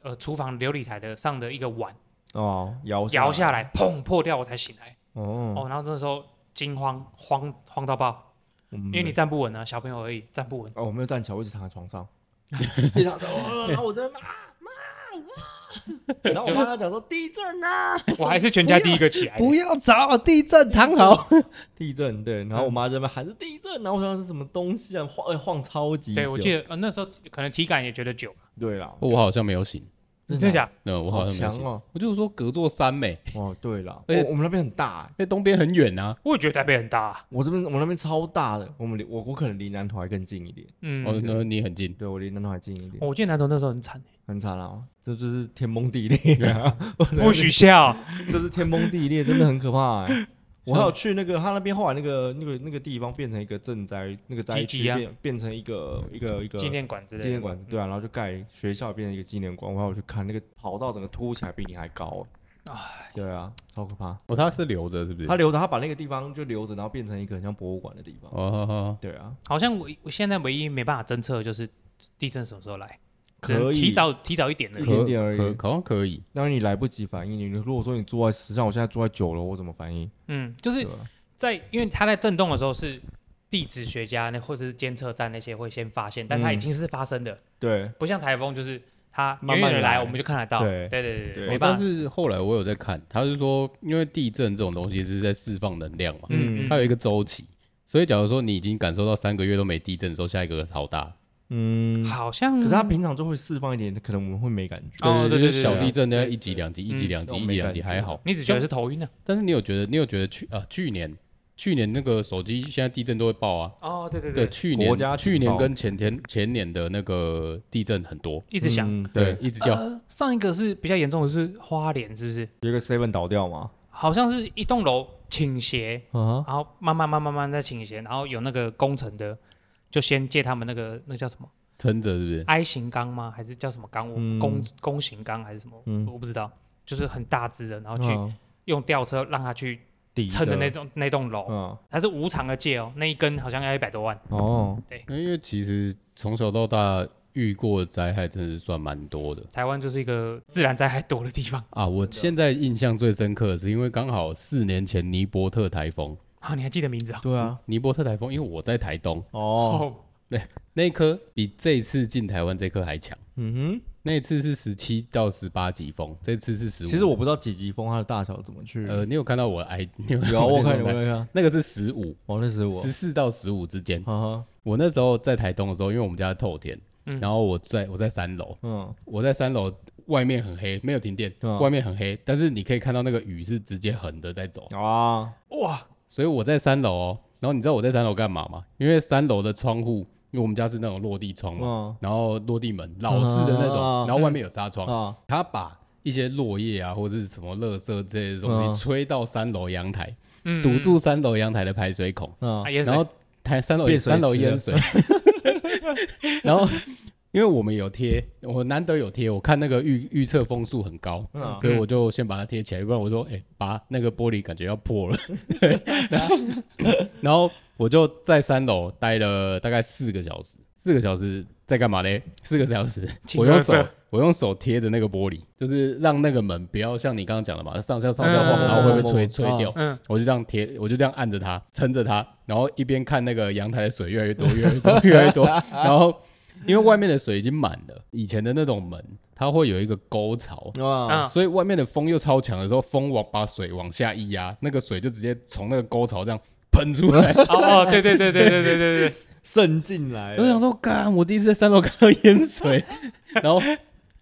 Speaker 1: 呃厨房琉璃台的上的一个碗
Speaker 3: 哦，摇
Speaker 1: 摇
Speaker 3: 下
Speaker 1: 下来，砰破掉我才醒来。
Speaker 2: 嗯
Speaker 3: 哦，
Speaker 1: 哦，然后那时候惊慌，慌慌到爆，
Speaker 3: 我们
Speaker 1: 因
Speaker 2: 嗯
Speaker 1: 为你站不稳啊，小朋友而已，站不稳。
Speaker 3: 嗯哦，我没有站起来，我一直躺在床 上， 一直躺着，哦然后我在那边啊妈哇，然后我妈讲说地震 啊，
Speaker 1: 我还是全家第一个起来的，
Speaker 2: 不要找地震躺好，
Speaker 3: 地震对，然后我妈在那边喊是地震，然后我想是什么东西啊，晃哎晃超级久，
Speaker 1: 对，我记得呃那时候可能体感也觉得久，
Speaker 3: 对啦，
Speaker 2: 我好像没有醒，
Speaker 1: 真的啊假？
Speaker 2: 那我
Speaker 3: 好
Speaker 2: 好像没有
Speaker 3: 强
Speaker 2: 醒，
Speaker 3: 哦，
Speaker 2: 我就说隔座山没，
Speaker 3: 哦对啦，
Speaker 2: 而且
Speaker 3: 我我们那边很大欸，
Speaker 2: 因为东边很远啊，
Speaker 1: 我也觉得台北很大啊，
Speaker 3: 我这边我那边超大的，我们离我我可能离南头还更近一点，
Speaker 2: 哦，
Speaker 1: 嗯，
Speaker 2: 那你很近，
Speaker 3: 对我离南头还近一点，
Speaker 1: 我记得南投那时候很惨，
Speaker 3: 很惨啦，这就是天崩地裂啊，我在那边
Speaker 1: 不许笑，
Speaker 3: 这是天崩地裂，真的很可怕、欸。我还有去那个他那边，后来那个那个那个地方变成一个赈灾，那个灾
Speaker 1: 集
Speaker 3: 区
Speaker 1: 集啊
Speaker 3: 变变成一个一个一个
Speaker 1: 纪念馆之类的，
Speaker 3: 纪念馆，对啊，然后就盖学校变成一个纪念馆。我还有去看那个跑道，整个凸起来比你还高、哎，对啊，超可怕。
Speaker 2: 哦，他是留着是不是？
Speaker 3: 他留着，他把那个地方就留着，然后变成一个很像博物馆的地方。
Speaker 2: 哦好好
Speaker 3: 对啊，
Speaker 1: 好像我我现在唯一没办法侦测的就是地震什么时候来，只能
Speaker 3: 可以
Speaker 1: 提早提早一点的
Speaker 3: 一。
Speaker 2: 可
Speaker 3: 点点而已
Speaker 2: 可好像可以，
Speaker 3: 当然你来不及反应，你如果说你坐在，实际上我现在坐在九楼，我怎么反应？
Speaker 1: 嗯，就是
Speaker 3: 对啊
Speaker 1: 在因为它在震动的时候是地质学家那或者是监测站那些会先发现，
Speaker 3: 嗯
Speaker 1: 但它已经是发生的，
Speaker 3: 对，
Speaker 1: 不像台风就是它
Speaker 3: 慢慢
Speaker 1: 远远的来
Speaker 3: 来
Speaker 1: 我们就看得到。
Speaker 3: 对
Speaker 1: 对对对，
Speaker 3: 对
Speaker 2: 哦
Speaker 1: 没办
Speaker 2: 但
Speaker 1: 法。
Speaker 2: 是后来我有在看，他是说，因为地震这种东西是在释放能量嘛，
Speaker 1: 嗯，
Speaker 2: 它有一
Speaker 1: 个
Speaker 2: 个周期，所以假如说你已经感受到三个月都没地震的时候，下一个超大，
Speaker 3: 嗯。
Speaker 1: 好像
Speaker 3: 可是他平常就会释放一点，可能我们会没感觉。
Speaker 1: 哦对对
Speaker 2: 就是
Speaker 1: 对
Speaker 2: 小
Speaker 3: 对
Speaker 2: 地震
Speaker 3: 对
Speaker 2: 呢，
Speaker 3: 对
Speaker 2: 一级
Speaker 3: 对
Speaker 2: 两级，一
Speaker 1: 嗯
Speaker 2: 级两级，
Speaker 3: 那我
Speaker 2: 一
Speaker 3: 没
Speaker 2: 级两
Speaker 3: 感
Speaker 2: 级
Speaker 3: 觉
Speaker 2: 还好。
Speaker 1: 你只觉得是头晕呢？啊
Speaker 2: 但是你有觉得，你有觉得去啊，去年去年那个手机现在地震都会报啊，
Speaker 1: 哦，对对
Speaker 2: 对，，去
Speaker 3: 国
Speaker 2: 年
Speaker 3: 家情
Speaker 2: 去年
Speaker 3: 报
Speaker 2: 跟前天前年的那个地震很多，
Speaker 1: 一直想。
Speaker 3: 嗯
Speaker 2: 对
Speaker 3: 对，，
Speaker 2: 一直叫，
Speaker 1: 呃上一个是比较严重的是花莲，是不是？
Speaker 3: 有一个 seven 倒掉嘛，
Speaker 1: 好像是一栋楼倾斜，
Speaker 3: 啊，
Speaker 1: 然后慢慢慢慢慢慢在倾斜，然后有那个工程的，就先借他们那个那个叫什么
Speaker 2: 撑着是不是？
Speaker 1: I 型钢吗？还是叫什么钢？我
Speaker 3: 嗯
Speaker 1: 弓弓形钢还是什么？
Speaker 3: 嗯
Speaker 1: 我不知道，就是很大只的，然后去
Speaker 3: 去
Speaker 1: 用吊车让他去
Speaker 3: 啊抵
Speaker 1: 撑的那栋那栋楼，
Speaker 3: 嗯，
Speaker 1: 它是无偿的借哦，那一根好像要一百多万。
Speaker 3: 哦，
Speaker 2: 那因为其实从小到大遇过的灾害真的是算蛮多的
Speaker 1: 台湾就是一个自然灾害多的地方
Speaker 2: 啊。我现在印象最深刻的是，因为刚好四年前尼伯特台风，
Speaker 1: 啊！你还记得名字啊？
Speaker 3: 对啊，
Speaker 2: 尼伯特台风，因为我在台东，
Speaker 3: 哦，
Speaker 1: 哦，
Speaker 2: 那一颗比这一次进台湾这颗还强。
Speaker 3: 嗯
Speaker 2: 那一次是十七到十八级风，这次是十
Speaker 3: 哼，
Speaker 2: 五。
Speaker 3: 其实我不知道几级风它的大小怎么去，
Speaker 2: 呃，你有看到我的 i？你有
Speaker 3: 有啊 我
Speaker 2: 这个
Speaker 3: 看有
Speaker 2: 吗
Speaker 3: 没有看，
Speaker 2: 那个是十五，
Speaker 3: 哦，那是我，
Speaker 2: 十四到十五之间。
Speaker 3: 哈哈，
Speaker 2: 我那时候在台东的时候，因为我们家透天，
Speaker 1: 嗯
Speaker 2: 然后我在我在三楼，
Speaker 3: 嗯，
Speaker 2: 我在三楼外面很黑，没有停电，
Speaker 3: 对啊
Speaker 2: 外面很黑，但是你可以看到那个雨是直接横的在走，
Speaker 3: 啊，
Speaker 1: 哇，
Speaker 2: 所以我在三楼哦。然后你知道我在三楼干嘛吗？因为三楼的窗户，因为我们家是那种落地窗嘛，
Speaker 3: 嗯
Speaker 2: 然后落地门老式的那种，
Speaker 3: 啊
Speaker 2: 然后外面有纱窗，
Speaker 3: 啊，
Speaker 2: 他把一些落叶啊或者是什么垃圾这些东
Speaker 3: 嗯
Speaker 2: 西吹到三楼阳台，
Speaker 1: 嗯
Speaker 2: 堵住三楼阳台的排水孔，
Speaker 3: 嗯
Speaker 1: 啊，，淹水
Speaker 2: 然后台三楼
Speaker 3: 变水池
Speaker 2: 三楼
Speaker 3: 了
Speaker 2: 淹水，然后因为我们有贴，我难得有贴，我看那个预预测风速很高，
Speaker 3: 嗯
Speaker 2: 所以我就先把它贴起来，不然我说，哎、拔那个玻璃感觉要破了，对，然后然后我就在三楼待了大概四个小时，四个小时在干嘛嘞？四个小时，
Speaker 1: 清
Speaker 2: 我用
Speaker 1: 垃圾
Speaker 2: 手。我用手贴着那个玻璃，就是让那个门不要像你刚刚讲的嘛，上下上下晃，
Speaker 1: 嗯
Speaker 2: 然后会被吹
Speaker 3: 嗯
Speaker 2: 吹掉。
Speaker 1: 嗯，
Speaker 2: 我就这样贴，我就这样按着它，撑着它，然后一边看那个阳台的水越来越多，越来越多，越来越多。然后因为外面的水已经满了，以前的那种门它会有一个沟槽，
Speaker 3: 啊，
Speaker 1: 嗯
Speaker 2: 所以外面的风又超强的时候，风往把水往下一压，那个水就直接从那个沟槽这样喷出来。
Speaker 1: 哦哦，对对对对对对对对，
Speaker 3: 渗进来
Speaker 2: 我想
Speaker 3: 了，
Speaker 2: 说，干，我第一次在三楼看到淹水，然后。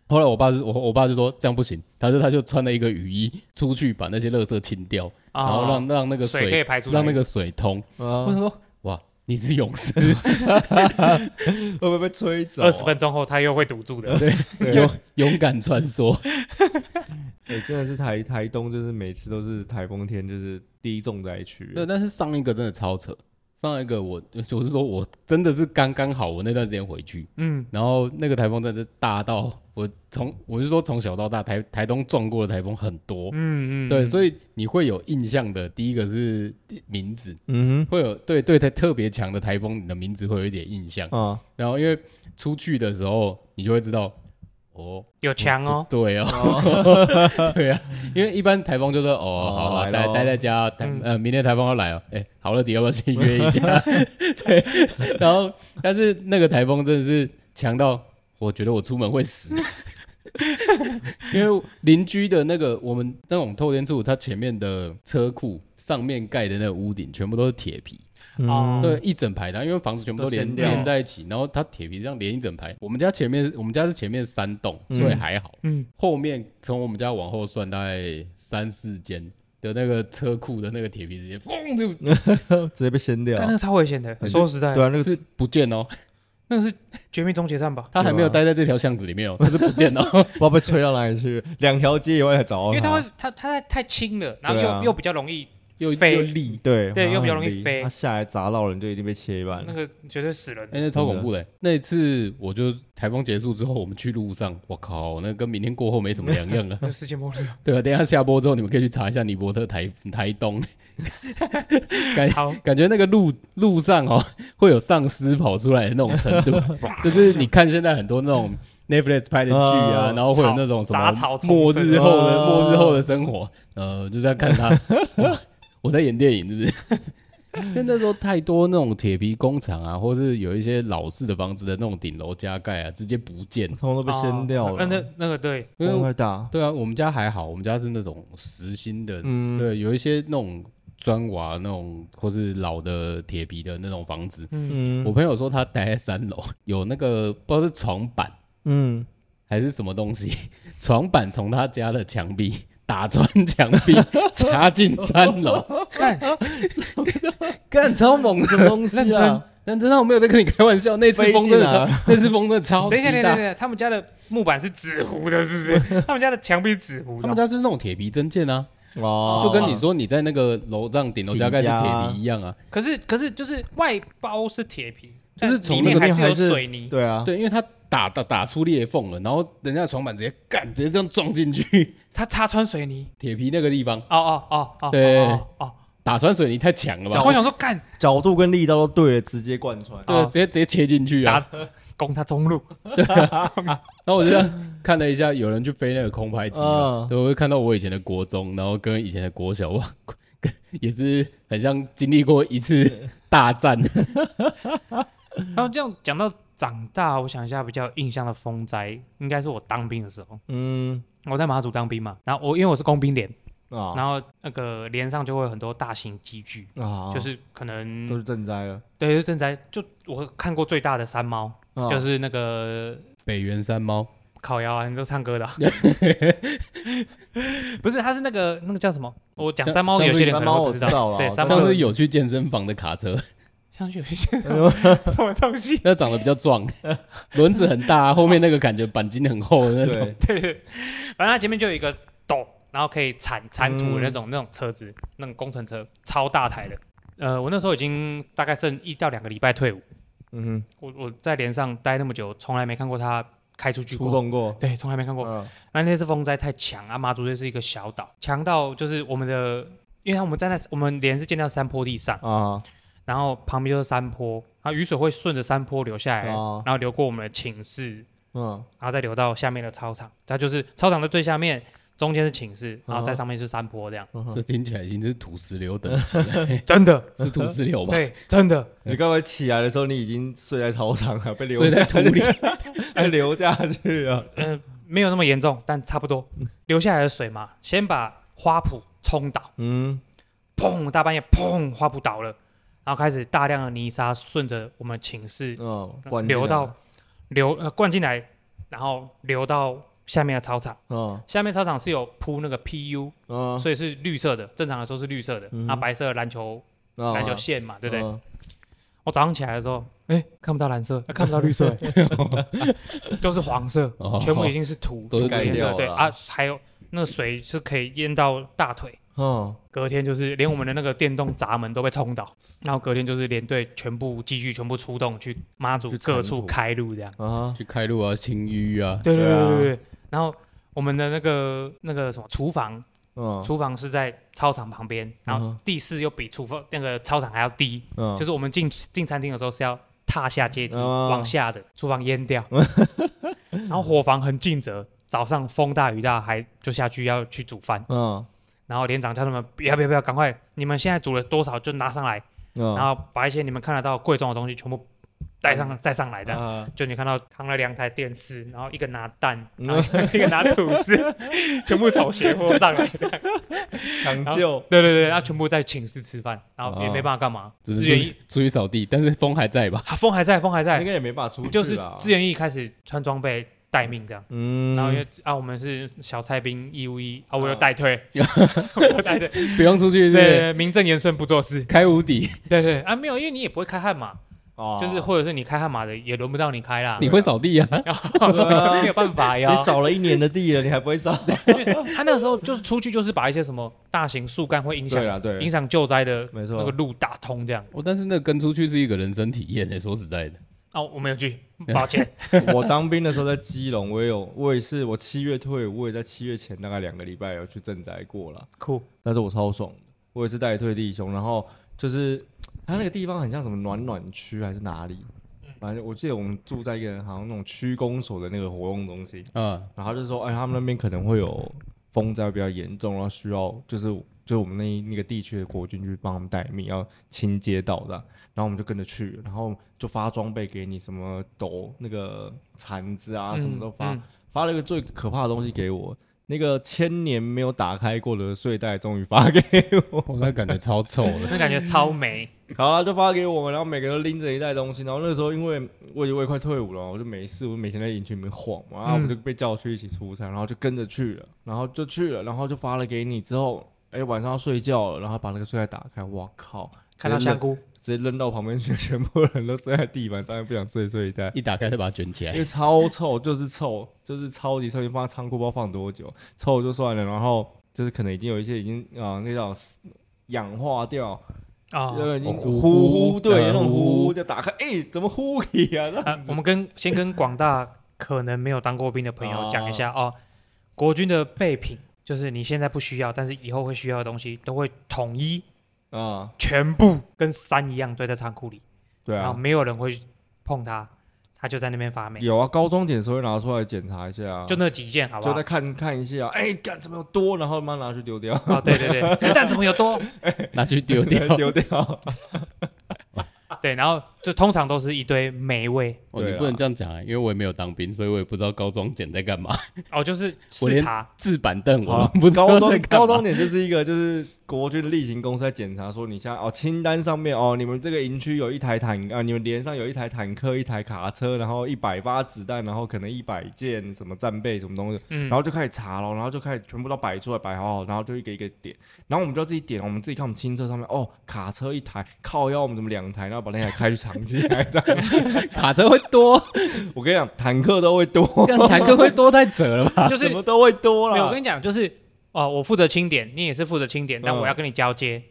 Speaker 2: 后来我爸就我我爸就说这样不行，他就他就穿了一个雨衣出去把那些垃圾清掉，
Speaker 1: 然
Speaker 2: 然后让让那个
Speaker 1: 水可以排出去，嗯
Speaker 2: 让那个水通，我
Speaker 3: 啊
Speaker 2: 想说，哇，你是勇士，
Speaker 3: 会不会被吹走啊？
Speaker 1: 二十分钟后它又会堵住的。
Speaker 3: 对
Speaker 2: 勇勇敢穿 梭。
Speaker 3: 哎，真的是台台东，就是每次都是台风天，就是第一重灾区，
Speaker 2: 对，但是上一个真的超扯，上一个我我是说我真的是刚刚好，我那段时间回去，
Speaker 1: 嗯，
Speaker 2: 然后那个台风真的是大到我从我是说从小到大台台东撞过的台风很多，
Speaker 1: 嗯嗯，
Speaker 2: 对，
Speaker 1: 以
Speaker 2: 所以你会有印象的，第一个是名字，
Speaker 3: 嗯
Speaker 2: 会有对对台特别强的台风，你的名字会有一点印象，
Speaker 3: 哼，啊，
Speaker 2: 然后因为出去的时候你就会知道，哦，
Speaker 1: 有墙哦，
Speaker 2: 对哦，对啊，因为一般台风就是哦，好啊，
Speaker 3: 来
Speaker 2: 待
Speaker 3: 咯
Speaker 2: 待在家，台
Speaker 1: 嗯
Speaker 2: 呃，明天台风要来哦，哎，好乐迪要不要去约一下？
Speaker 3: 嗯
Speaker 2: 对，然后但是那个台风真的是强到，我觉得我出门 会死，因为邻居的那个我们那种透天处，它前面的车库上面盖的那个屋顶全部都是铁皮，
Speaker 3: 嗯
Speaker 1: 哦
Speaker 2: 对，一整排的，因为房子全部都
Speaker 3: 都
Speaker 2: 连
Speaker 3: 掀掉
Speaker 2: 连在一起，然后它铁皮这样连一整排。我们家前面，我们家是前面三栋，
Speaker 3: 嗯
Speaker 2: 所以还好。
Speaker 1: 嗯，
Speaker 2: 后面从我们家往后算，大概三四间的那个车库的那个铁皮直接嘣就
Speaker 3: 直接被掀掉
Speaker 2: 啊
Speaker 1: 但。那个超危险的。
Speaker 3: 很
Speaker 1: 说实在
Speaker 3: 对，啊，那个
Speaker 2: 是不见哦。
Speaker 1: 那个是《绝命终结站》吧？
Speaker 2: 他还没有
Speaker 3: 对
Speaker 2: 待在这条巷子里 面哦，他是不见哦。
Speaker 3: 不知道被吹到哪里去，两条街以外才找到
Speaker 1: 因为它会，它它太太轻了，然后
Speaker 3: 对
Speaker 1: 又、
Speaker 3: 啊
Speaker 1: 又比较容易
Speaker 2: 啊又
Speaker 1: 飞
Speaker 2: 又立，
Speaker 3: 对
Speaker 1: 对
Speaker 3: 它
Speaker 1: 又比较
Speaker 3: 很
Speaker 1: 容易
Speaker 3: 离
Speaker 1: 飞
Speaker 3: 它下来砸到人就一定被切一半
Speaker 1: 那。个绝对死人。
Speaker 2: 哎，那超恐怖的。那一次我就台风结束之后，我们去路上，我靠，那跟明天过后没什么两 样了。啊
Speaker 1: 那世界末日，
Speaker 2: 对吧？等一下下播之后，你们可以去查一下尼伯特台台东，
Speaker 1: 好，
Speaker 2: 感觉那个路路上哦，会有丧尸跑出来的那种 程度，就是你看现在很多那种 Netflix 拍的剧啊，
Speaker 3: 嗯
Speaker 2: 然后会有那种什
Speaker 1: 嗯呃杂
Speaker 2: 么
Speaker 1: 草丛呃
Speaker 2: 末日后的
Speaker 3: 生
Speaker 2: 末日后的生活，呃，就在看 他，哇我在演电影是不是？因为那时候太多那种铁皮工厂啊，或是有一些老式的房子的那种顶楼加盖啊，直接不见。
Speaker 3: 通通都被掀掉了。
Speaker 1: 哦
Speaker 2: 啊
Speaker 1: 那那那个 对，
Speaker 2: 因
Speaker 3: 风
Speaker 2: 为
Speaker 3: 太大，
Speaker 2: 对啊，我们家还好，我们家是那种实心的
Speaker 3: 嗯，
Speaker 2: 对，有一些那种砖瓦那种，或是老的铁皮的那种房子。
Speaker 1: 嗯，
Speaker 3: 嗯
Speaker 2: 我朋友说他待在三楼， 有那个不知道是床板
Speaker 3: 嗯，
Speaker 2: 还是什么东西， 床板从他家的墙壁打穿墙壁， 插进三楼，
Speaker 1: 看
Speaker 2: 干超猛的！
Speaker 3: 什么东西
Speaker 2: 认真
Speaker 3: 啊？，
Speaker 2: 认真，我没有在跟你开玩笑。那次
Speaker 3: 飞
Speaker 2: 风
Speaker 3: 进
Speaker 2: 真的
Speaker 3: 来
Speaker 2: 超，那次风真的超
Speaker 1: 等一下，等
Speaker 2: 级
Speaker 1: 一下，
Speaker 2: 大
Speaker 1: 等。一下，他们家的木板是纸糊的，是不是？他们家的墙壁是纸糊
Speaker 2: 他们
Speaker 1: 的。
Speaker 2: 家是那种铁皮真件啊，
Speaker 3: 哦
Speaker 2: 就跟你说你在那个楼上顶楼加盖是
Speaker 3: 顶加
Speaker 2: 铁皮一样啊。
Speaker 1: 可是可是就是外包是铁皮，
Speaker 2: 就是
Speaker 1: 但
Speaker 2: 从
Speaker 1: 里
Speaker 2: 那
Speaker 1: 面
Speaker 2: 个
Speaker 1: 还
Speaker 3: 面还
Speaker 1: 有
Speaker 3: 是
Speaker 1: 水泥。
Speaker 3: 对啊，
Speaker 2: 对，因为他打打打出裂缝了，然后人家的床板直接干，直接这样撞进去
Speaker 1: 它擦穿水泥。
Speaker 2: 铁皮那个地方，
Speaker 1: 哦哦哦哦，
Speaker 2: 对
Speaker 1: 哦哦
Speaker 2: 打穿水泥太强了
Speaker 1: 哦，
Speaker 2: 吧？
Speaker 1: 我想说干
Speaker 3: 角度跟力道都对了，直接贯穿。
Speaker 2: 对，直接直接切进去啊
Speaker 1: 打！攻他中路，
Speaker 2: 然后我就这样看了一下，有人去飞那个空拍机嘛，
Speaker 3: 嗯
Speaker 2: 对，我就看到我以前的国中，然后跟以前的国小，哇，跟也是很像经历过一次大战。
Speaker 3: 嗯
Speaker 1: 然后这样讲到长大，我想一下比较有印象的风灾，应该是我当兵的时候，
Speaker 3: 嗯
Speaker 1: 我在马祖当兵嘛，然后我因为我是工兵连，
Speaker 3: 啊
Speaker 1: 然后那个连上就会有很多大型机具，
Speaker 3: 啊，
Speaker 1: 就是可
Speaker 3: 都
Speaker 1: 能
Speaker 3: 是赈灾了。
Speaker 1: 对，就正在就我看过最大的山猫，
Speaker 3: 啊
Speaker 1: 就是那个
Speaker 2: 北原山猫，
Speaker 1: 烤窑啊，你都唱歌的 啊、 不是，它是那个那个叫什么？我讲
Speaker 2: 像
Speaker 1: 山猫，有些人可能
Speaker 3: 山猫
Speaker 1: 会
Speaker 3: 我
Speaker 1: 不
Speaker 3: 知
Speaker 1: 知
Speaker 3: 道啦
Speaker 1: 对，
Speaker 3: 我
Speaker 1: 山
Speaker 3: 知
Speaker 1: 猫
Speaker 2: 上
Speaker 3: 道
Speaker 2: 次有去健身房的卡车，
Speaker 1: 像有些 什么东西？
Speaker 2: 那长得比较壮， 轮子很大，啊后面那个感觉钣金很厚的那种。
Speaker 3: 对，
Speaker 1: 对 对，对反正它前面就有一个斗，然后可以铲铲土
Speaker 3: 嗯
Speaker 1: 的那种、那种车子，那种工程车，超大台的。呃，我那时候已经大概剩一到两个礼拜退伍，
Speaker 3: 嗯
Speaker 1: 我我在连上待那么久，从来没看过它开出去
Speaker 3: 哼，出
Speaker 1: 过。
Speaker 3: 动过。
Speaker 1: 对，从来没看过。
Speaker 3: 嗯
Speaker 1: 那那次风灾太强啊，马祖就是一个小岛，强到就是我们的，因为我们站在我们连是建在山坡地上，
Speaker 3: 啊，
Speaker 1: 然后旁边就是山坡，然后雨水会顺着山坡流下来，
Speaker 3: 哦
Speaker 1: 然后流过我们的寝室，
Speaker 3: 嗯
Speaker 1: 然后再流到下面的操场，它就是操场的最下面，中间是寝室，然后在
Speaker 3: 嗯
Speaker 1: 上面是山坡，这样、
Speaker 3: 嗯哼
Speaker 2: 这听起来已经是土石流等级了，
Speaker 1: 真的，
Speaker 2: 是土石流吧？
Speaker 1: 对，真的，
Speaker 3: 你刚才起来的时候，你已经睡在操场了，被流
Speaker 2: 所以在
Speaker 3: 下
Speaker 2: 土里，
Speaker 3: 被流下去了。
Speaker 1: 嗯、没有那么严重，但差不多，
Speaker 3: 嗯
Speaker 1: 流下来的水嘛，先把花圃冲倒，
Speaker 3: 嗯，
Speaker 1: 砰，大半夜砰，花圃倒了，然后开始大量的泥沙顺着我们寝室
Speaker 3: 哦，灌进来
Speaker 1: 流到流呃灌进来，然后流到下面的操场。
Speaker 3: 嗯
Speaker 1: 下面操场是有铺那个 PU，、
Speaker 3: 嗯，
Speaker 1: 所以是绿色的，正常来说是绿色的，那、
Speaker 3: 嗯
Speaker 1: 白色的篮球
Speaker 3: 嗯
Speaker 1: 篮球线嘛，对不对？
Speaker 3: 嗯
Speaker 1: 我早上起来的时候，哎，看不到蓝色，看不到绿 色，都是黄色，
Speaker 2: 哦
Speaker 1: 全部已经是土，
Speaker 2: 都是
Speaker 1: 土
Speaker 3: 盖
Speaker 1: 颜
Speaker 3: 掉
Speaker 1: 色。
Speaker 3: 了
Speaker 1: 对啊，还有那个水是可以淹到大腿。
Speaker 3: 嗯，
Speaker 1: 隔天就是连我们的那个电动闸门都被冲倒，然后隔天就是连队全部继续全部出动去妈祖
Speaker 3: 去铲
Speaker 1: 各处
Speaker 3: 土
Speaker 1: 开路这样。
Speaker 3: 啊，
Speaker 2: 去开路啊，清淤啊，
Speaker 1: 对对
Speaker 3: 对
Speaker 1: 对
Speaker 3: 啊
Speaker 1: 对对。然后我们的那个那个什么厨房，
Speaker 3: 嗯
Speaker 1: 厨房是在操场旁边，然
Speaker 3: 嗯
Speaker 1: 后地势又比厨房那个操场还要低，
Speaker 3: 嗯，
Speaker 1: 就是我们进进餐厅的时候是要踏下阶梯
Speaker 3: 哦
Speaker 1: 往下的，厨房淹掉，然后伙房很尽责，早上风大雨大还就下去要去煮饭，
Speaker 3: 嗯
Speaker 1: 然后连长叫他们不要不要不要，赶快你们现在煮了多少就拿上来，然
Speaker 3: 嗯，
Speaker 1: 后把一些你们看得到贵重的东西全部带上带上来这样。
Speaker 3: 啊
Speaker 1: 就你看到扛了两台电视，然后一个拿 蛋，
Speaker 3: 嗯
Speaker 1: 然后一个拿吐 司，全部走斜坡上来的。
Speaker 3: 抢救
Speaker 1: 对对对，然后全部在寝室吃饭，然后也
Speaker 3: 哦
Speaker 1: 没办法干嘛。
Speaker 2: 只
Speaker 1: 志
Speaker 2: 是出
Speaker 1: 愿役
Speaker 2: 去出去扫地，但是风还在吧？
Speaker 1: 啊风还在，风还在
Speaker 3: 应，该也没办法出去
Speaker 1: 就是
Speaker 3: 啦
Speaker 1: 志愿役开始穿装备待命这样。
Speaker 3: 嗯，
Speaker 1: 然后因为啊，我们是小菜兵义务役啊，我有
Speaker 3: 啊
Speaker 1: 带 退，我有带退，
Speaker 2: 不用出
Speaker 1: 对
Speaker 2: 去，对不对，
Speaker 1: 对，名正言顺不做事，
Speaker 2: 开无敌，
Speaker 1: 对对啊，没有，因为你也不会开悍马，
Speaker 3: 哦
Speaker 1: 就是或者是你开悍马的也轮不到你开啦，
Speaker 2: 你会扫地啊？
Speaker 1: 然后
Speaker 3: 啊
Speaker 1: 没有办法呀
Speaker 3: 你，扫了一年的地了，你还不 会扫？
Speaker 1: 他那个时候就是出去就是把一些什么大型树干会影响
Speaker 3: 对啦对
Speaker 1: 影响救灾的
Speaker 3: 没错
Speaker 1: 那个路打通这样，
Speaker 2: 哦，但是那跟出去是一个人生体验欸诶，说实在的，
Speaker 1: 哦，我没有去，抱 歉，
Speaker 3: 我当兵的时候在基隆，我也有，我也是，我七月退伍，我也在七月前大概两个礼拜有去赈灾过了，
Speaker 1: 酷，
Speaker 3: 但是我超爽的，我也是带退弟兄，然后就是他那个地方很像什么暖暖区还是哪里，反正我记得我们住在一个好像那种区公所的那个活动中心，
Speaker 2: 啊，
Speaker 3: 然后他就说，哎，他们那边可能会有风灾比较严重，然后需要就是就是我们那一那个地区的国军去帮他们待命，要清街道这样，然后我们就跟着去，然后就发装备给你，什么斗那个铲子啊，什么都发，
Speaker 1: 嗯嗯
Speaker 3: 发了一个最可怕的东西给我。那个千年没有打开过的睡袋，终于发给我，
Speaker 2: 我那感觉超臭的，
Speaker 1: 那感觉超美，
Speaker 3: 好了，就发给我们，然后每个人都拎着一袋东西。然后那时候因为我以为快退伍了，我就没事，我就每天在营区里面晃嘛，然后我们就被叫去一起出差，然后就跟着去了，然后就去了，然后就发了给你之后，哎、晚上要睡觉了，然后把那个睡袋打开，哇靠，
Speaker 1: 看到
Speaker 3: 直接
Speaker 1: 香
Speaker 3: 扔
Speaker 1: 菇，
Speaker 3: 直接扔到旁边去，全部人都睡在地板上，面，不想睡睡袋。
Speaker 2: 一打开就把它卷起
Speaker 3: 因
Speaker 2: 来
Speaker 3: 为，超臭，就是臭，就是超级臭。你放在仓库不知道放多久，臭就算了，然后就是可能已经有一些已经啊、呃那叫氧化掉，
Speaker 1: 哦。
Speaker 3: 对，你
Speaker 2: 哦
Speaker 3: 呼
Speaker 2: 呼
Speaker 3: 呼，
Speaker 2: 呼
Speaker 3: 对，
Speaker 2: 嗯
Speaker 3: 那种
Speaker 2: 呼
Speaker 3: 呼呼
Speaker 2: 呼
Speaker 3: 就打开，哎，怎么呼你啊？那
Speaker 1: 啊，我们跟先跟广大可能没有当过兵的朋友讲一下哦，国军的备品就是你现在不需要，但是以后会需要的东西，都会统一
Speaker 3: 啊，
Speaker 1: 全部跟山一样堆在仓库里，
Speaker 3: 对
Speaker 1: 然后
Speaker 3: 啊，
Speaker 1: 没有人会碰它，它就在那边发霉，
Speaker 3: 有啊，高中点的时候会拿出来检查一下啊，
Speaker 1: 就那几件，好不
Speaker 3: 就
Speaker 1: 好
Speaker 3: 再？看看一下，哎，干怎么有多，然后慢慢拿去丢掉，
Speaker 1: 哦，对对 对，子弹怎么有多？
Speaker 2: 拿去 丢掉。
Speaker 3: 丢掉，
Speaker 1: 对，然后就通常都是一堆霉味，
Speaker 2: 哦，
Speaker 3: 对
Speaker 2: 你
Speaker 3: 啦
Speaker 2: 不能这样讲啊，因为我也没有当兵，所以我也不知道高装检在干嘛。
Speaker 1: 哦，就是
Speaker 2: 我
Speaker 1: 视
Speaker 2: 连
Speaker 1: 察，
Speaker 2: 制板凳
Speaker 3: 好
Speaker 2: 我们不知
Speaker 3: 高
Speaker 2: 道在
Speaker 3: 中
Speaker 2: 干
Speaker 3: 高
Speaker 2: 嘛。
Speaker 3: 中点就是一个就是国军的例行公司在检查说你像哦清单上面哦你们这个营区有一台坦啊、你们连上有一台坦克一台卡车然后一百发子弹然后可能一百件什么战备什么东西
Speaker 1: 嗯
Speaker 3: 然，后就开始查咯，然后就开始全部都摆出来，摆好好，然后就一个一个点，然后我们就要自己点，我们自己看我们清车上面，哦，卡车一台，靠腰我们怎么两台，然后把那台开去藏起来。这样
Speaker 2: 卡车会多，
Speaker 3: 我跟你讲，坦克都会多，
Speaker 2: 干坦克会多太扯了吧？
Speaker 1: 就是
Speaker 3: 什么都会多
Speaker 1: 没有，我
Speaker 3: 啦
Speaker 1: 跟。你讲，就是哦，我负责清点，你也是负责清点，但
Speaker 3: 嗯
Speaker 1: 我要跟你交接，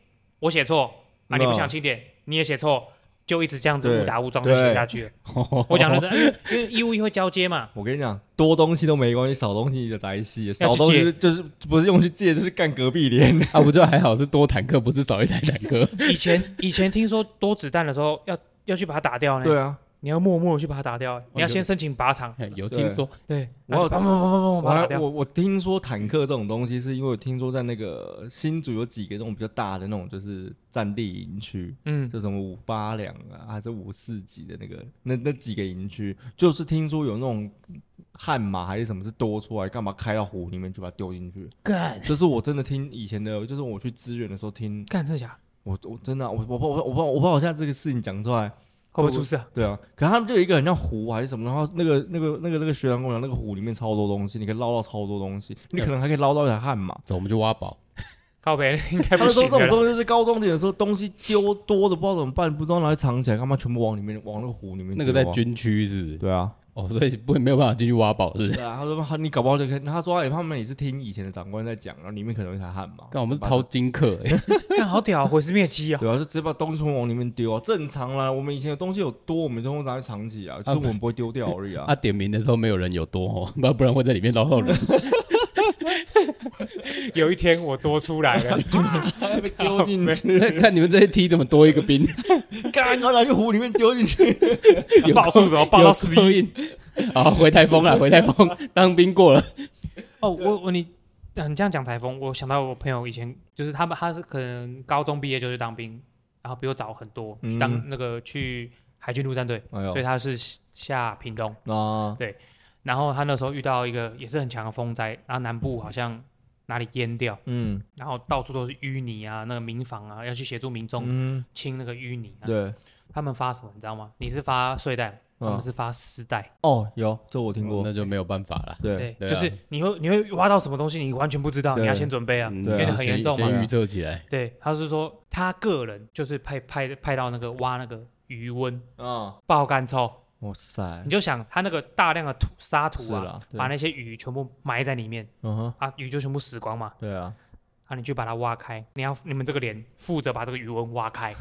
Speaker 1: 我写错啊，
Speaker 3: 嗯
Speaker 1: 你不想清点，你也写错，就一直这样子
Speaker 3: 对
Speaker 1: 误打误撞就写下去了。我讲的是，因 为因为义务役会交接嘛，
Speaker 3: 我跟你讲，多东西都没关系，少东西你就来戏，
Speaker 1: 要
Speaker 3: 少
Speaker 1: 去
Speaker 3: 东西
Speaker 1: 借哎
Speaker 3: 就就是不是用去借，就是干隔壁连。
Speaker 2: 啊，我觉得还好是多坦克，不是少一台坦克。
Speaker 1: 以前以前听说多子弹的时候要要去把它打掉呢，
Speaker 3: 对啊，
Speaker 1: 你要默默地去把它打掉，欸你要先申请靶场，
Speaker 2: 嘿有
Speaker 3: 对
Speaker 2: 听说
Speaker 1: 对，
Speaker 3: 我
Speaker 1: 然后就砰砰砰砰砰砰
Speaker 3: 我
Speaker 1: 把它打
Speaker 3: 还
Speaker 1: 掉，
Speaker 3: 我我听说坦克这种东西，是因为我听说在那个新竹有几个那种比较大的那种就是战地营区，
Speaker 1: 嗯，
Speaker 3: 就什么五八两啊，还是五四级的那个那那几个营区，就是听说有那种悍马还是什么是多出来，干嘛开到湖里面去把它丢进去？
Speaker 2: 干
Speaker 3: 这是我真的听以前的，就是我去支援的时候听，
Speaker 1: 干这下
Speaker 3: 我我真的啊、我我我我我怕我怕我现在这个事情讲出来，
Speaker 1: 会不会出事啊？
Speaker 3: 对啊，可他们就有一个很像湖还是什么，然后那个那个那个那个学长跟我讲，那个湖里面超多东西，你可以捞到超多东西，你可能还可以捞到一台悍马。
Speaker 2: 走，我们就挖宝。
Speaker 1: 靠北应该
Speaker 3: 他
Speaker 1: 不
Speaker 3: 们说
Speaker 1: 行
Speaker 3: 这种
Speaker 2: 啊
Speaker 1: 的啦，
Speaker 3: 东西就是高中点的时候，东西丢多的不知道怎么办，不知道拿去藏起来，干嘛全部往里面往那个湖里面
Speaker 2: 那
Speaker 3: 丢啊。
Speaker 2: 个在军区是不是？
Speaker 3: 对啊，
Speaker 2: 哦，所以不没有办法进去挖宝，是不是？
Speaker 3: 对啊，他说他你搞不好就可以，他说哎他们也是听以前的长官在讲，然后里面可能有一台悍马。
Speaker 2: 干，我们是掏金克、欸，
Speaker 1: 干好屌啊，毁尸灭迹 啊！
Speaker 3: 对啊，就直接把东西全部往里面丢啊，正常啦。我们以前有东西有多，我们就会拿去藏起啊，只是我们不会丢掉而已啊
Speaker 2: 啊，。点名的时候没有人有多哦， 不不然会在里面捞到人。
Speaker 1: 有一天我多出来了，
Speaker 3: 啊被丢进 去，
Speaker 2: 看你们这些梯怎么多 一个兵，
Speaker 3: 干，然后拿去湖里面丢进去。
Speaker 2: 有
Speaker 1: 报数怎么报到
Speaker 2: 有
Speaker 1: 十
Speaker 2: 刻
Speaker 1: 一？
Speaker 2: 印，好，回台风 了，回台风，当兵过 了，
Speaker 1: 哦，我我你。啊你这样讲台风，我想到我朋友以前就是他们，他是可能高中毕业就去当兵，然后比我早很多，去
Speaker 3: 嗯
Speaker 1: 当那个去海军陆战队，
Speaker 3: 哎
Speaker 1: 所以
Speaker 3: 呦，
Speaker 1: 他是下屏东，
Speaker 3: 那
Speaker 1: 然后他那时候遇到一个也是很强的风灾，然后南部好像哪里淹掉，
Speaker 3: 嗯
Speaker 1: 然后到处都是淤泥啊，那个民房啊，要去协助民众
Speaker 3: 嗯，
Speaker 1: 清那个淤泥、啊。
Speaker 3: 对，
Speaker 1: 他们发什么你知道吗？你是发睡袋，他们
Speaker 3: 嗯，
Speaker 1: 是发丝带。
Speaker 3: 哦，有这我听过
Speaker 2: 嗯那，就没有办法了。
Speaker 3: 对，
Speaker 2: 对啊
Speaker 1: 就是你会你会挖到什么东西，你完全不知道，
Speaker 3: 对
Speaker 1: 你要先准备啊，
Speaker 2: 嗯
Speaker 1: 因
Speaker 3: 对啊
Speaker 1: 为很严重嘛
Speaker 2: 先。先预测起来，
Speaker 1: 对，他是说他个人就是派派派到那个挖那个余温
Speaker 3: 嗯，
Speaker 1: 爆干臭，
Speaker 3: 哇塞
Speaker 1: 你，就想他那个大量的土沙
Speaker 3: 是
Speaker 1: 土啊，
Speaker 3: 啦，对
Speaker 1: 把那些鱼全部埋在里面
Speaker 3: 嗯哼，
Speaker 1: 啊，鱼就全部死光嘛。
Speaker 3: 对啊，
Speaker 1: 啊，你去把它挖开，你要你们这个连负责把这个余温挖 开，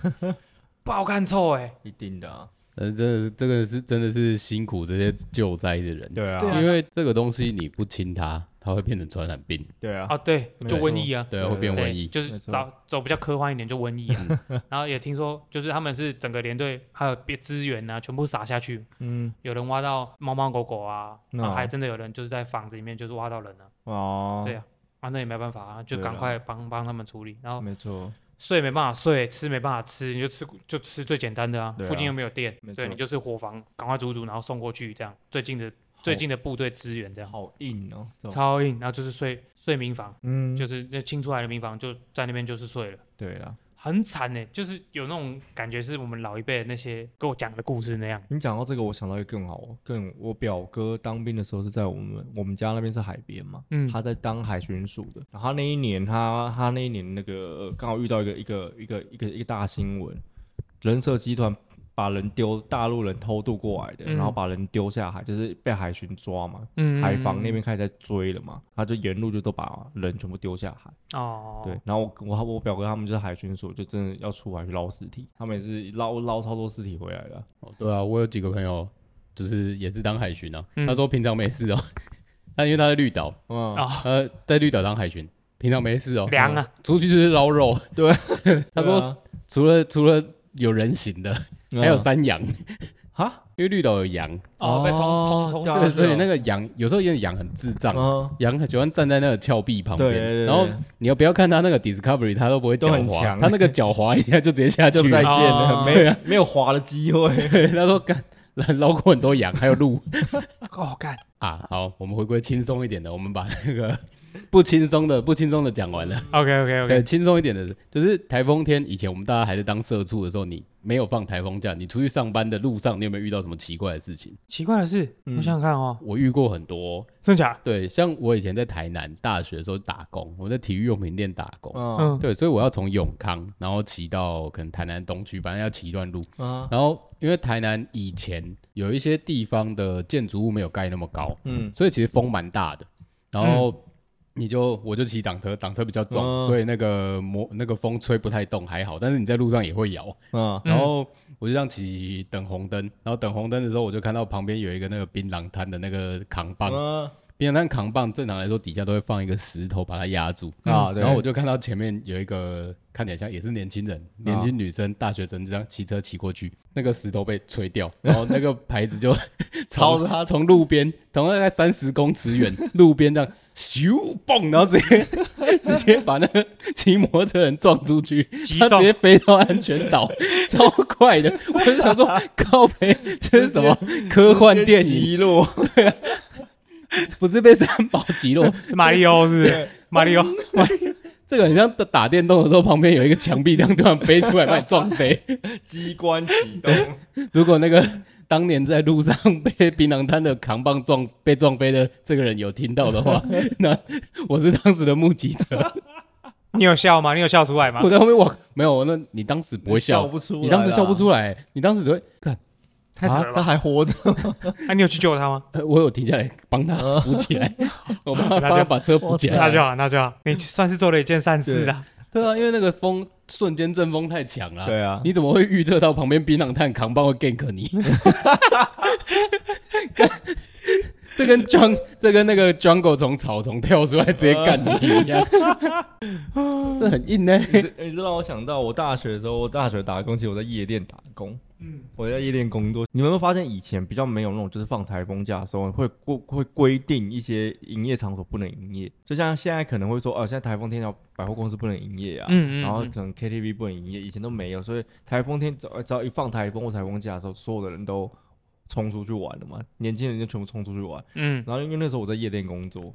Speaker 1: 爆干臭哎、
Speaker 3: 一定的啊，
Speaker 2: 呃，真的是这个是真的是辛苦这些救灾的人，
Speaker 3: 对
Speaker 1: 对啊
Speaker 2: 因为这个东西你不清它，它会变成传染病，
Speaker 3: 对啊，
Speaker 1: 啊，对，
Speaker 3: 没
Speaker 1: 就
Speaker 3: 错
Speaker 1: 瘟疫啊，
Speaker 2: 对啊，
Speaker 3: 对
Speaker 2: 会变
Speaker 1: 对
Speaker 2: 瘟疫。
Speaker 1: 就是
Speaker 3: 没错嗯
Speaker 1: 找走比较科幻一点，就瘟疫啊。然后也听说，就是他们是整个连队还有别资源啊，全部撒下去，
Speaker 3: 嗯，
Speaker 1: 有人挖到猫猫狗狗啊，然后
Speaker 3: 哦
Speaker 1: 还真的有人就是在房子里面就是挖到人啊，
Speaker 3: 哦，
Speaker 1: 对啊啊，那也没办法啊，就
Speaker 3: 对
Speaker 1: 赶
Speaker 3: 啦
Speaker 1: 快帮帮他们处理。然后
Speaker 3: 没错，
Speaker 1: 睡没办法睡，吃没办法吃，你就吃就吃最简单的啊，
Speaker 3: 对啊
Speaker 1: 附近又没有店
Speaker 3: 没，错
Speaker 1: 对你就是伙房，赶快煮煮，然后送过去，这样最近的最近的部队支援这样，
Speaker 3: 好硬哦，这种
Speaker 1: 超硬，然后就是睡睡民房，
Speaker 3: 嗯，
Speaker 1: 就是那清出来的民房就在那边就是睡了。
Speaker 3: 对了。
Speaker 1: 很惨呢、就是有那种感觉，是我们老一辈的那些跟我讲的故事那样。
Speaker 3: 你讲到这个，我想到一个更好，更我表哥当兵的时候是在我们我们家那边是海边嘛，
Speaker 1: 嗯
Speaker 3: 他在当海巡署的，然后他那一年他他那一年那个呃刚好遇到一个一个一个一个一个大新闻，人蛇集团把人丢大陆人偷渡过来的，
Speaker 1: 嗯
Speaker 3: 然后把人丢下海，就是被海巡抓嘛，
Speaker 1: 嗯
Speaker 3: 海防那边开始在追了嘛，他就沿路就都把人全部丢下海。
Speaker 1: 哦，
Speaker 3: 对，，然后我我我表哥他们就是海巡署，就真的要出海去捞尸体，他们也是捞捞超多尸体回来的。
Speaker 2: 哦对啊，我有几个朋友就是也是当海巡啊，
Speaker 1: 嗯
Speaker 2: 他说平常没事哦， 他因为他在绿岛，
Speaker 3: 嗯
Speaker 1: 哦
Speaker 2: 呃，在绿岛当海巡，平常没事哦，
Speaker 1: 凉啊，
Speaker 2: 出去就是捞肉。
Speaker 3: 对，
Speaker 2: 他说除了除了有人形的，
Speaker 3: 对啊
Speaker 2: 还有
Speaker 3: 嗯
Speaker 2: 山羊，
Speaker 3: 哈，
Speaker 2: 因为绿岛有羊，
Speaker 1: 哦，被冲冲冲
Speaker 3: 对
Speaker 1: 到
Speaker 3: 啊
Speaker 2: 对，所
Speaker 3: 是
Speaker 2: 以
Speaker 3: 哦
Speaker 2: 那个羊有时候因为羊很智障。
Speaker 3: 嗯，
Speaker 2: 羊很喜欢站在那个峭壁旁
Speaker 3: 对对
Speaker 2: 边，
Speaker 3: 对
Speaker 2: 然后你要不要看它那个 Discovery，它都不会
Speaker 3: 都
Speaker 2: 狡
Speaker 3: 很
Speaker 2: 猾，
Speaker 3: 强
Speaker 2: 它那个狡猾一下就直接下去
Speaker 3: 就再见
Speaker 2: 了。
Speaker 1: 哦
Speaker 3: 了，没有没有滑的机会。
Speaker 2: 对，他说干捞过很多羊，还有鹿，
Speaker 1: 哦，干，
Speaker 2: 啊，好，我们回归轻松一点的，我们把那个不轻松的、不轻松的讲完了。
Speaker 1: OK OK
Speaker 2: 对，
Speaker 1: OK，
Speaker 2: 轻松一点的，就是台风天以前我们大家还在当社畜的时候，你没有放台风假，你出去上班的路上，你有没有遇到什么奇怪的事情？
Speaker 1: 奇怪的是，我
Speaker 3: 嗯
Speaker 1: 想想看哦，
Speaker 2: 我遇过很多哦、
Speaker 1: 真假？
Speaker 2: 对，像我以前在台南大学的时候打工，我在体育用品店打工。
Speaker 3: 嗯
Speaker 1: 嗯，
Speaker 2: 对，所以我要从永康，然后骑到可能台南东区，反正要骑一段路。
Speaker 3: 嗯
Speaker 2: 然后因为台南以前有一些地方的建筑物没有盖那么高，
Speaker 3: 嗯，
Speaker 2: 所以其实风蛮大的。然后你就、我就骑挡车，挡车比较重，
Speaker 3: 嗯
Speaker 2: 所以那个摩那个风吹不太动，还好。但是你在路上也会摇。
Speaker 1: 嗯
Speaker 3: 嗯
Speaker 2: 然后我就这样骑等红灯，然后等红灯的时候，我就看到旁边有一个那个槟榔摊的那个扛棒，
Speaker 3: 嗯
Speaker 2: 槟榔摊扛棒正常来说底下都会放一个石头把它压住。
Speaker 3: 啊，对
Speaker 2: 然后我就看到前面有一个看起来像也是年轻人，年轻女生、大学生就这样骑车骑过去，那个石头被吹掉， 然后那个牌子就
Speaker 3: 朝
Speaker 2: 着他从路边，从大概三十公尺远路边这样咻蹦，然后直接直接 把那个骑摩托车人撞出去，
Speaker 1: 击
Speaker 2: 他直接
Speaker 1: 中，
Speaker 2: 飞到安全 岛，超快的。我就想说，靠北，这是什么科幻电影？啊
Speaker 3: 一路
Speaker 2: 不是被三宝击落，
Speaker 1: 是马里奥是不是？马里奥，
Speaker 2: 这个很像打电动的时候，旁边有一个墙壁这样突然飞出来把你撞 飞。
Speaker 3: 机关启动，
Speaker 2: 如果那个当年在路上被槟榔摊的扛棒撞被撞飞的这个人有听到 的话，那我是当时的目击者。
Speaker 1: 你有笑吗？你有笑出来吗
Speaker 2: 我？在后面我没有，那你当时不会
Speaker 3: 笑
Speaker 2: 笑，
Speaker 3: 不出来啦，
Speaker 2: 你当时笑不出来，你当时只会看。
Speaker 1: 太扯了
Speaker 3: 啊他
Speaker 1: 吧！
Speaker 3: 还活着，
Speaker 1: 那你有去救他吗？
Speaker 2: 呃我有停下来帮
Speaker 3: 嗯
Speaker 2: 他扶起 来，我帮他
Speaker 1: 那就
Speaker 2: 帮他把车扶起
Speaker 1: 那
Speaker 2: 来。
Speaker 1: 就好，那就好，你算是做了一件善事啊。
Speaker 2: 对啊，因为那个风瞬间阵风太强了。
Speaker 3: 对啊，
Speaker 2: 你怎么会预测到 旁边槟榔炭扛棒会 gank 你？这跟 Jung 这跟那个 Jungle 从草丛跳出来直接干你一
Speaker 3: 嗯
Speaker 2: 样，这很硬呢、
Speaker 3: 你这你这让我想到我大学的时候，我大学打工，其实我在夜店打工，
Speaker 1: 嗯，
Speaker 3: 我在夜店工作。你们有没有发现以前比较没有那种，就是放台风假的时候会规会规定一些营业场所不能营业，就像现在可能会说，哦、现在台风天要百货公司不能营业啊，
Speaker 1: 嗯嗯
Speaker 3: 然后
Speaker 1: 嗯
Speaker 3: 可能 KTV 不能营业，以前都没有，所以台风天只要只要一放台风或台风假的时候，所有的人都冲出去玩了嘛，年轻人就全部冲出去玩。
Speaker 1: 嗯，
Speaker 3: 然后因为那时候我在夜店工作，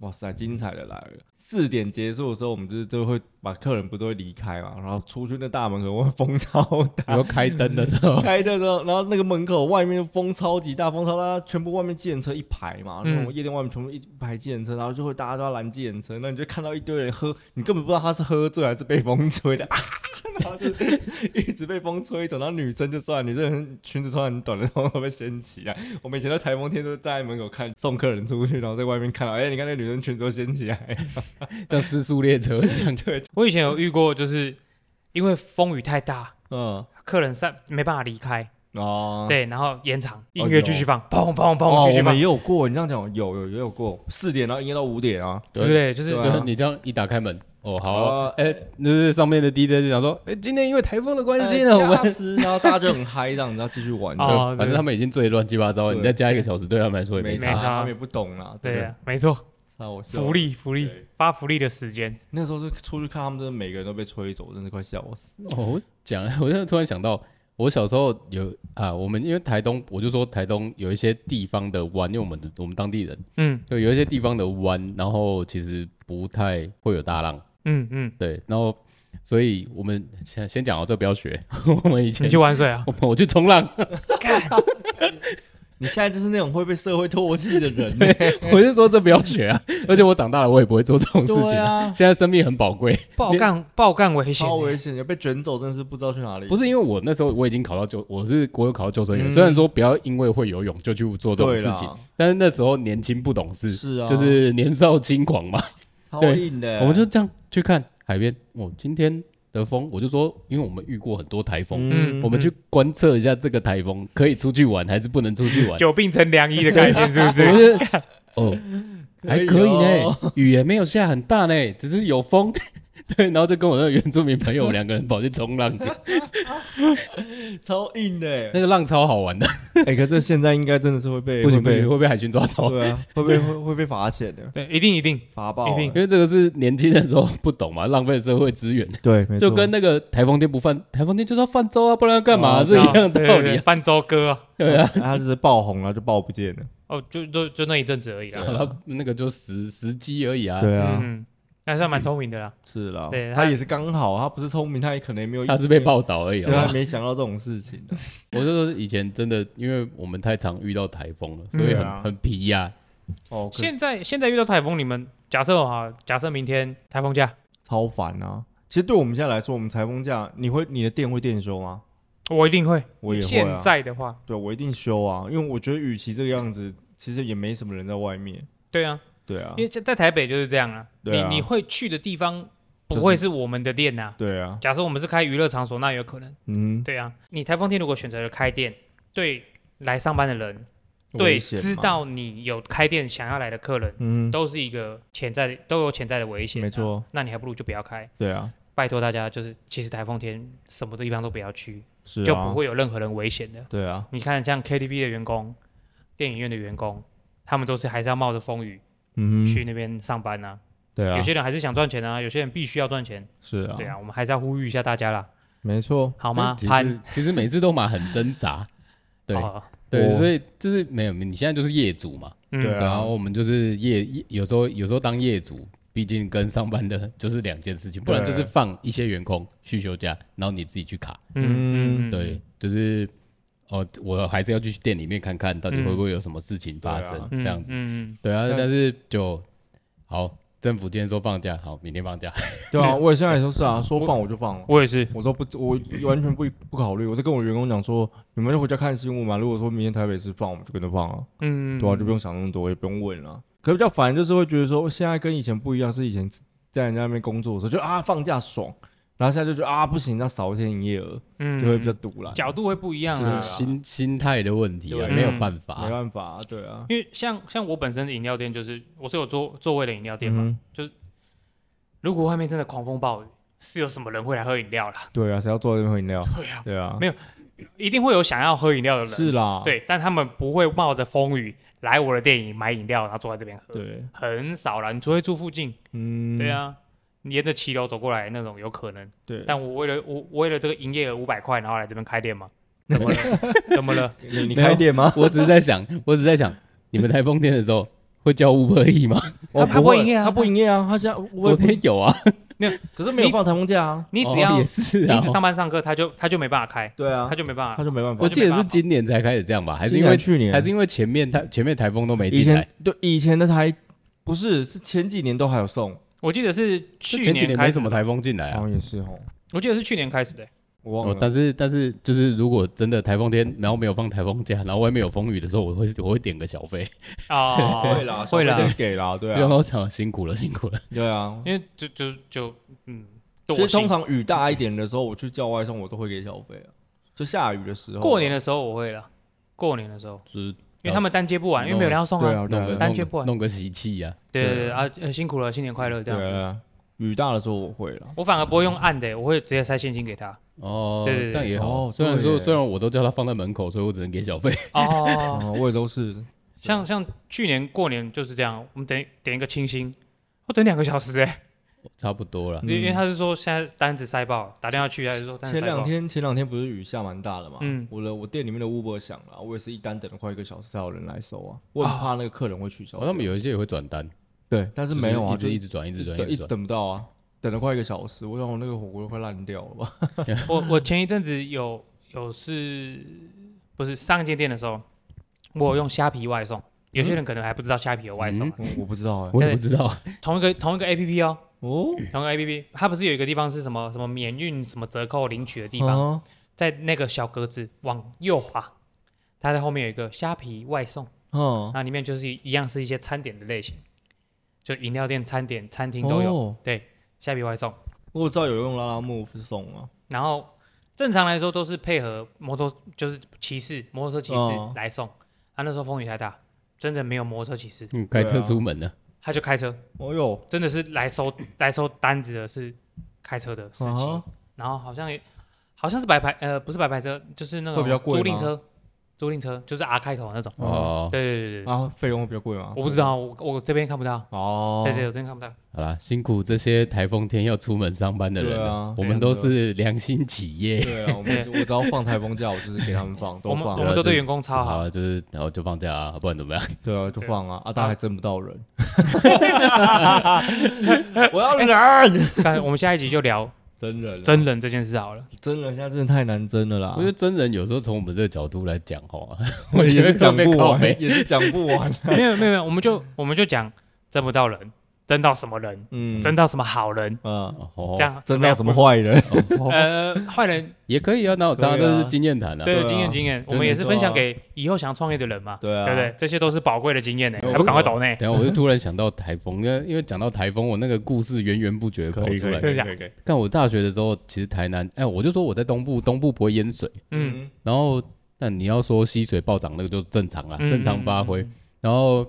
Speaker 3: 哇塞，精彩的来了！四点结束的时候，我们就是就会把客人不都会离开嘛，然后出去那大门口会风超
Speaker 2: 你
Speaker 3: 大
Speaker 2: 说，开灯的 时候，
Speaker 3: 开的时候，然后那个门口外面风超级大，风超大，全部外面计程车一排嘛，
Speaker 1: 嗯
Speaker 3: 那种夜店外面全部一排计程车，然后就会大家都要拦计程车，那你就看到一堆人喝，你根本不知道他是喝醉还是被风吹的 啊，然后就一直被风吹走，然后女生就算了，女生很裙子穿很短的，然后会被掀起来。我们以前在台风天都站在门口看送客人出去，然后在外面看到，哎、你看那女生裙子都 掀起来，
Speaker 2: 像失速列车一样，
Speaker 1: 我以前有遇过，就是因为风雨太大，
Speaker 3: 嗯，
Speaker 1: 客人散没办法离开，
Speaker 3: 哦，
Speaker 1: 对，然后延长音
Speaker 3: 哦
Speaker 1: 乐
Speaker 3: 有
Speaker 1: 继续放，砰砰
Speaker 3: 哦，
Speaker 1: 砰继
Speaker 3: 我
Speaker 1: 续
Speaker 3: 们
Speaker 1: 放
Speaker 3: 也有过，你这样讲有有也有过，四点然后营业到五点啊，
Speaker 2: 对
Speaker 1: 之类，就是
Speaker 3: 对啊
Speaker 2: 就是你这样一打开门，哦好啊
Speaker 3: 哦，
Speaker 2: 哎、就是上面的 DJ 就想说，哎、今天因为台风的关系
Speaker 3: 哎
Speaker 2: 呢，啊我们。
Speaker 3: 吃，呃然后大家就很嗨，这样子，然后继续玩。
Speaker 1: 哦
Speaker 2: 呃反正他们已经醉得乱七八糟了，
Speaker 3: 对
Speaker 2: 你再加一个小时，对他们来说也没
Speaker 1: 没
Speaker 2: 差。
Speaker 1: 差
Speaker 3: 他们也不懂啦。
Speaker 1: 对啊，没错，
Speaker 3: 啊，我笑
Speaker 1: 福利福利
Speaker 3: 对
Speaker 1: 发福利的时间，
Speaker 3: 那时候是出去看他们，真的每个人都被吹走，真是快笑死。
Speaker 2: 哦，我讲， 我现在突然想到，我小时候有啊，我们因为台东，我就说台东有一些地方的湾，因为我们的我们当地人，
Speaker 1: 嗯
Speaker 2: 就有一些地方的湾，然后其实不太会有大浪，
Speaker 1: 嗯嗯，
Speaker 2: 对，然后所以我们先先讲哦，这个不要学， 我们以前，
Speaker 1: 你去玩水啊
Speaker 2: 我 们我去冲浪，
Speaker 3: 你现在就是那种会被社会唾弃的人欸呢。
Speaker 2: 我就说这不要学啊，而且我长大了我也不会做这种事情、
Speaker 3: 对啊
Speaker 2: 现在生命很宝贵，
Speaker 1: 爆干爆干危险
Speaker 3: 超，危险的，被卷走真的是不知道去哪里。
Speaker 2: 不
Speaker 3: 是，
Speaker 2: 是因为我那时候我已经考到救，我是国有考到救生员、
Speaker 3: 嗯
Speaker 2: 虽然说不要因为会游泳就去做这种
Speaker 3: 对
Speaker 2: 事情，
Speaker 3: 啦，
Speaker 2: 但是那时候年轻不懂事，
Speaker 3: 是啊
Speaker 2: 就是年少轻狂嘛，
Speaker 3: 超
Speaker 2: 对
Speaker 3: 硬的。欸
Speaker 2: 我们就这样去看海边。我今天的风，我就说，因为我们遇过很多台风，
Speaker 1: 嗯
Speaker 2: 我们去观测一下这个台风可以出去玩还是不能出去玩。
Speaker 1: 久病成良医的概念是不
Speaker 2: 我
Speaker 1: 是？
Speaker 2: 们 就哦，还可以
Speaker 3: 哦。
Speaker 2: 呢，雨也没有下很大呢，只是有风。 对，然后就跟我那个原住民朋友两个人跑去 冲浪，
Speaker 3: 超硬的欸
Speaker 2: 那。个浪超好玩的，
Speaker 3: 哎，可是现在应该真的是会被
Speaker 2: 不行不
Speaker 3: 会被
Speaker 2: 行，会被海巡抓走。
Speaker 3: 对啊，会被会会被罚钱的，
Speaker 1: 对，一定一定，
Speaker 3: 罚爆了。
Speaker 1: 一定
Speaker 2: 因为这个是年轻的时候不懂嘛，浪费社会资源。
Speaker 3: 对，没错
Speaker 2: 就跟那个台风天不犯，台风天就是要泛舟啊，不然要干嘛、
Speaker 3: 哦
Speaker 2: 是一样
Speaker 1: 对
Speaker 2: 的
Speaker 1: 对
Speaker 2: 道
Speaker 1: 对
Speaker 2: 理、啊。
Speaker 1: 泛舟哥啊，
Speaker 2: 对啊，
Speaker 3: 哎他就是爆红了，就爆不见了。
Speaker 1: 哦，就就就那一阵子而已啦
Speaker 3: 对，
Speaker 2: 然后那个就时时机而已啊。
Speaker 3: 对啊，嗯
Speaker 1: 嗯，还算蛮聪明的啦，
Speaker 3: 是啦，
Speaker 1: 对
Speaker 3: 他
Speaker 1: 他
Speaker 3: 也是刚好，他不是聪明，他也可能也没有意，
Speaker 2: 他是被啊报道而已
Speaker 3: 对，啊
Speaker 2: 好不
Speaker 3: 他
Speaker 2: 好。
Speaker 3: 没想到这种事情 的。
Speaker 2: 我就说以前真的，因为我们太常遇到台风了，所以
Speaker 1: 嗯
Speaker 2: 很、
Speaker 3: 对啊
Speaker 2: 很皮呀、
Speaker 3: 哦，可是
Speaker 1: 现在现在遇到台风，你们假设哈，假设明天台风假，
Speaker 3: 超烦啊！其实对我们现在来说，我们台风假，你会你的店会店休吗？
Speaker 1: 我一定会。
Speaker 3: 我也会
Speaker 1: 现
Speaker 3: 啊，
Speaker 1: 在的话，
Speaker 3: 对我一定休啊，因为我觉得与其这个样子，其实也没什么人在外面。
Speaker 1: 对啊，
Speaker 3: 对啊
Speaker 1: 因，为在在台北就是这样啊，
Speaker 3: 对啊
Speaker 1: 你你会去的地方
Speaker 3: 就是
Speaker 1: 不会是我们的店呐、
Speaker 3: 对啊，
Speaker 1: 假设我们是开娱乐场所，那有可能。
Speaker 3: 嗯，
Speaker 1: 对啊，你台风天如果选择了开店，对来上班的人，
Speaker 3: 危
Speaker 1: 对
Speaker 3: 险嘛
Speaker 1: 知，道你有开店想要来的客人，
Speaker 3: 嗯，
Speaker 1: 都是一个潜在的都有潜在的危险、啊
Speaker 3: 没，错，
Speaker 1: 那你还不如就不要开。
Speaker 3: 对啊，
Speaker 1: 拜托大家，就是其实台风天什么地方都不要去，
Speaker 3: 是啊
Speaker 1: 就不，会有任何人危险的。
Speaker 3: 对啊，
Speaker 1: 你看，像 KTV 的员工、电影院的员工，他们都是还是要冒着风雨
Speaker 3: 嗯哼，
Speaker 1: 去那边上班啊。
Speaker 3: 对啊
Speaker 1: 有，些人还是想赚钱啊，有些人必须要赚钱。
Speaker 3: 是啊，
Speaker 1: 对，啊，我们还是要呼吁一下大家啦，
Speaker 3: 没错，
Speaker 1: 好吗？
Speaker 2: 其
Speaker 1: 潘
Speaker 2: 实，其实每次都嘛很挣扎。 对、
Speaker 1: 哦
Speaker 2: 对，
Speaker 3: 我
Speaker 2: 所以就是没有，你现在就是业主嘛，
Speaker 1: 嗯，
Speaker 3: 对啊
Speaker 2: 然后我们就是业业有时候有时候当业主，毕竟跟上班的就是两件事情，不然就是
Speaker 3: 对
Speaker 2: 放一些员工去休假，然后你自己去卡。
Speaker 1: 嗯嗯，嗯，
Speaker 2: 对，就是哦，我还是要去店里面看看到底会不会有什么事情发生、
Speaker 3: 嗯
Speaker 1: 嗯
Speaker 2: 这样子。
Speaker 1: 嗯
Speaker 2: 对啊，
Speaker 3: 但
Speaker 2: 但是就好，政府今天说放假，好，明天放假。
Speaker 3: 对啊，我也现在也说 是啊，说放我就放
Speaker 1: 嗯，
Speaker 3: 了。
Speaker 1: 我也是，
Speaker 3: 我都不，我完全不不考虑。我在跟我员工讲说，你们就回家看新闻嘛。如果说明天台北市放，我们就跟着放啊，
Speaker 1: 嗯，
Speaker 3: 对啊，就不用想那么多，也不用问了。可是比较烦就是会觉得说，现在跟以前不一样，是以前在人家那边工作的时候，就啊放假爽，然后现在就觉得啊不行，要少一天营业额，
Speaker 1: 嗯，
Speaker 3: 就会比较堵了，
Speaker 1: 角度会不一样
Speaker 2: 就是
Speaker 1: 啊。
Speaker 2: 心心态的问题啊，
Speaker 3: 对
Speaker 2: 没有办
Speaker 1: 嗯
Speaker 2: 法
Speaker 3: 没
Speaker 2: 啊。
Speaker 3: 办法，对啊，
Speaker 1: 因为像像我本身的饮料店就是我是有座座位的饮料店嘛，
Speaker 3: 嗯
Speaker 1: 如果外面真的狂风暴雨，是有什么人会来喝饮料啦？
Speaker 3: 对啊，谁要做这边喝饮料？
Speaker 1: 对啊，
Speaker 3: 对啊
Speaker 1: 没，一定会有想要喝饮料的人，
Speaker 3: 是
Speaker 2: 啊
Speaker 3: 啦，
Speaker 1: 对，但他们不会冒着风雨来我的电影买饮料，然后坐在这边喝，
Speaker 3: 对，
Speaker 1: 很少啦。你除非住附近，
Speaker 3: 嗯，
Speaker 1: 对，啊，你沿着骑楼走过来那种有可能。
Speaker 3: 对，
Speaker 1: 但我为了我我为了这个营业额五百块，然后来这边开店 嘛？怎么了？怎么
Speaker 2: 哦
Speaker 1: 了？
Speaker 3: 你你
Speaker 2: 没有
Speaker 3: 开店吗？
Speaker 2: 我只是在想，我只是在想，你们台风天的时候会叫 Uber E 吗？
Speaker 1: 他
Speaker 3: 哦
Speaker 1: 他不营业啊
Speaker 3: 他不营业啊，他现在我
Speaker 2: 昨
Speaker 3: 也不
Speaker 2: 天有啊，
Speaker 3: 可是没有放台风假啊，
Speaker 1: 你只
Speaker 2: 哦
Speaker 1: 要、
Speaker 2: 也是
Speaker 1: 你
Speaker 2: 啊
Speaker 1: 一直，上班上课，他就他就没办法开，
Speaker 3: 对啊
Speaker 1: 他，就没办
Speaker 3: 他
Speaker 1: 法。
Speaker 3: 就没办法
Speaker 2: 我
Speaker 1: 就，
Speaker 2: 记得
Speaker 1: 没办
Speaker 2: 是
Speaker 1: 法
Speaker 2: 今年才开始这样吧？还是
Speaker 3: 今
Speaker 2: 因
Speaker 3: 年
Speaker 2: 为
Speaker 3: 去年
Speaker 2: 还是因为前面台前面台风都没
Speaker 3: 以
Speaker 2: 进来
Speaker 3: 前，对以前的台不是是前几年都还有送，
Speaker 1: 我记得是去
Speaker 2: 就前几
Speaker 1: 年
Speaker 2: 年
Speaker 1: 开
Speaker 2: 没
Speaker 1: 始
Speaker 2: 什么
Speaker 1: 的
Speaker 2: 台风进来
Speaker 3: 好
Speaker 2: 啊。
Speaker 3: 像也是哦，
Speaker 1: 我记得是去年开始的、
Speaker 3: 我忘
Speaker 2: 哦
Speaker 3: 了，。
Speaker 2: 但是但是就是如果真的台风天，然后没有放台风假，然 后外面有风雨的时候，我会我会点个小费，
Speaker 1: 哦，
Speaker 3: 啊会啦，
Speaker 1: 会
Speaker 3: 消费
Speaker 1: 啦
Speaker 3: 就，给啦，对
Speaker 2: 然
Speaker 3: 啊，
Speaker 2: 后想辛苦了辛苦了。
Speaker 3: 对啊。
Speaker 1: 因为就就就嗯，
Speaker 3: 其
Speaker 1: 惰
Speaker 3: 实通
Speaker 1: 性。
Speaker 3: 常雨大一点的时候，我去叫外送，我都会给小费啊。就下雨的时候啊，
Speaker 1: 过年的时候我会了，过年的时候，
Speaker 2: 就是
Speaker 1: 因为他们单接不完，因为没有人要送
Speaker 3: 对
Speaker 1: 啊。
Speaker 3: 啊，对啊
Speaker 2: 弄个
Speaker 3: 对啊
Speaker 1: 单
Speaker 2: 弄
Speaker 1: 缺不
Speaker 2: 个
Speaker 1: 完
Speaker 2: 弄个喜气呀、
Speaker 1: 对对
Speaker 3: 对
Speaker 1: 对啊，呃辛苦了，新年快乐这
Speaker 3: 对
Speaker 1: 样。
Speaker 3: 啊，雨大的时候我会了。
Speaker 1: 我反而不会用按的、我会直接塞现金给他。
Speaker 2: 哦，
Speaker 1: 对对对
Speaker 2: 这样也好。
Speaker 3: 哦
Speaker 2: 虽然
Speaker 3: 对
Speaker 2: 说
Speaker 3: 耶
Speaker 2: 虽然我都叫他放在门口，所以我只能给小费。
Speaker 1: 哦，
Speaker 3: 哦，我也都 是，
Speaker 1: 像像去年过年就是这样，我们等点一个清新，我等两个小时哎、
Speaker 2: 差不多了。
Speaker 3: 嗯
Speaker 1: 因为他是说现在单子塞爆，打电话去还是
Speaker 2: 嗯
Speaker 1: 说单子
Speaker 3: 前
Speaker 1: 塞爆
Speaker 3: 两？天前两天不是雨下蛮大的嘛，
Speaker 1: 嗯
Speaker 3: 我的我店里面的 Uber 响了，我也是一单等了快一个小时才有人来收啊，我很怕那个客人会取消
Speaker 2: 哦，
Speaker 3: 掉。
Speaker 2: 他们有一些也会转单，
Speaker 3: 对，但是没有啊，
Speaker 2: 就
Speaker 3: 就是
Speaker 2: 一直一直转，一直
Speaker 3: 一直
Speaker 2: 转，
Speaker 3: 等一直
Speaker 2: 转。
Speaker 3: 等不到啊，等了快一个小时，我想我那个火锅都快烂掉了吧？
Speaker 1: 我我前一阵子有有是不是上一间店的时候，我有用虾皮外送，有些人可能还不知道虾皮有外送啊、
Speaker 3: 我我不知道哎，
Speaker 2: 我也不知道，
Speaker 1: 同一个同一个 A P P 哦，
Speaker 3: 哦，
Speaker 1: 同一个 A P P，它不是有一个地方是什么什么免运什么折扣领取的地方，
Speaker 3: 啊
Speaker 1: 在那个小格子往右滑，它在后面有一个虾皮外送，
Speaker 3: 嗯，
Speaker 1: 那里面就是一样是一些餐点的类型，就饮料店、餐点、餐厅都有
Speaker 3: 有。
Speaker 1: 虾皮外送。
Speaker 3: 哦我知道有用拉拉木送啊，
Speaker 1: 然后正常来说都是配合摩托，就是骑士摩托车骑
Speaker 3: 哦
Speaker 1: 士来送。他、那时候风雨太大，真的没有摩托车骑士，
Speaker 2: 嗯，开
Speaker 3: 对
Speaker 2: 车
Speaker 3: 啊
Speaker 2: 出门了。
Speaker 1: 他就开车，
Speaker 3: 哦哟，
Speaker 1: 真的是来收来收单子的是开车的司机，
Speaker 3: 啊
Speaker 1: 然后好像也好像是白牌呃不是白牌车，就是那
Speaker 3: 会
Speaker 1: 种
Speaker 3: 比较贵
Speaker 1: 租赁
Speaker 3: 吗
Speaker 1: 车，租赁车就是 R 开头的那种。
Speaker 3: 嗯
Speaker 2: 哦，
Speaker 1: 对对对对对，
Speaker 3: 啊，费用会比较贵吗？
Speaker 1: 我不知道，我我这边看不到。
Speaker 3: 哦，
Speaker 1: 对对，我这边看不到。
Speaker 2: 好啦，辛苦这些台风天要出门上班的人
Speaker 3: 对
Speaker 2: 了
Speaker 3: 啊。
Speaker 2: 我
Speaker 3: 对啊
Speaker 2: 们都
Speaker 3: 对啊
Speaker 2: 是良心企业。
Speaker 3: 对啊，我们我只要放台风假，我就是给他们放，
Speaker 1: 我
Speaker 3: 都
Speaker 1: 们
Speaker 3: 放
Speaker 1: 我
Speaker 2: 对
Speaker 1: 们
Speaker 2: 啊
Speaker 1: 都
Speaker 2: 就
Speaker 1: 对
Speaker 2: 是
Speaker 1: 员工超
Speaker 2: 好
Speaker 1: 好。
Speaker 2: 了，就是然后就放假啊，不然怎么样？
Speaker 3: 对啊，就
Speaker 1: 对
Speaker 3: 放啊，啊，
Speaker 1: 啊
Speaker 3: 但还争不 到人，我要 人，
Speaker 1: 但我们下一集就聊
Speaker 3: 真人啊，
Speaker 1: 真人啊这件事好了。
Speaker 3: 真人现在真的太难争了啦，
Speaker 2: 我觉得真人有时候从我们这个角度来讲哈，
Speaker 3: 我
Speaker 2: 觉
Speaker 3: 也
Speaker 2: 得
Speaker 3: 是
Speaker 2: 特
Speaker 3: 讲
Speaker 2: 别
Speaker 3: 不
Speaker 2: 靠北
Speaker 3: 完，也是讲 不完，
Speaker 1: 没有没有没有，我们就我们就讲争不到人，争到什么人，
Speaker 3: 嗯，
Speaker 1: 争到什么好人，
Speaker 3: 啊，
Speaker 2: 哦
Speaker 1: 这，样
Speaker 3: 争到什
Speaker 1: 怎
Speaker 3: 么
Speaker 1: 样？
Speaker 3: 坏人，
Speaker 1: 不是呃，坏 人
Speaker 2: 也可以啊。那我
Speaker 3: 对
Speaker 2: 当
Speaker 3: 啊
Speaker 2: 然这是经验谈啊。
Speaker 1: 对
Speaker 3: 对啊
Speaker 1: 经验经验，我们也是分享给以后想创业的人嘛，
Speaker 3: 对啊
Speaker 1: 对不对？这些都是宝贵的经验呢，
Speaker 2: 对
Speaker 1: 还不赶快抖呢？
Speaker 2: 等一下我就突然想到台风，因为因为讲到台风，我那个故事源源不绝地跑出来。
Speaker 1: 可以
Speaker 3: 可以，
Speaker 2: 但我大学的时候，其实台南，哎，我就说我在东部，东部不会淹水。
Speaker 1: 嗯，
Speaker 3: 嗯，
Speaker 2: 然后，但你要说溪水暴涨，那个就正常啦，
Speaker 3: 啊
Speaker 1: 嗯
Speaker 2: 正常发挥。然后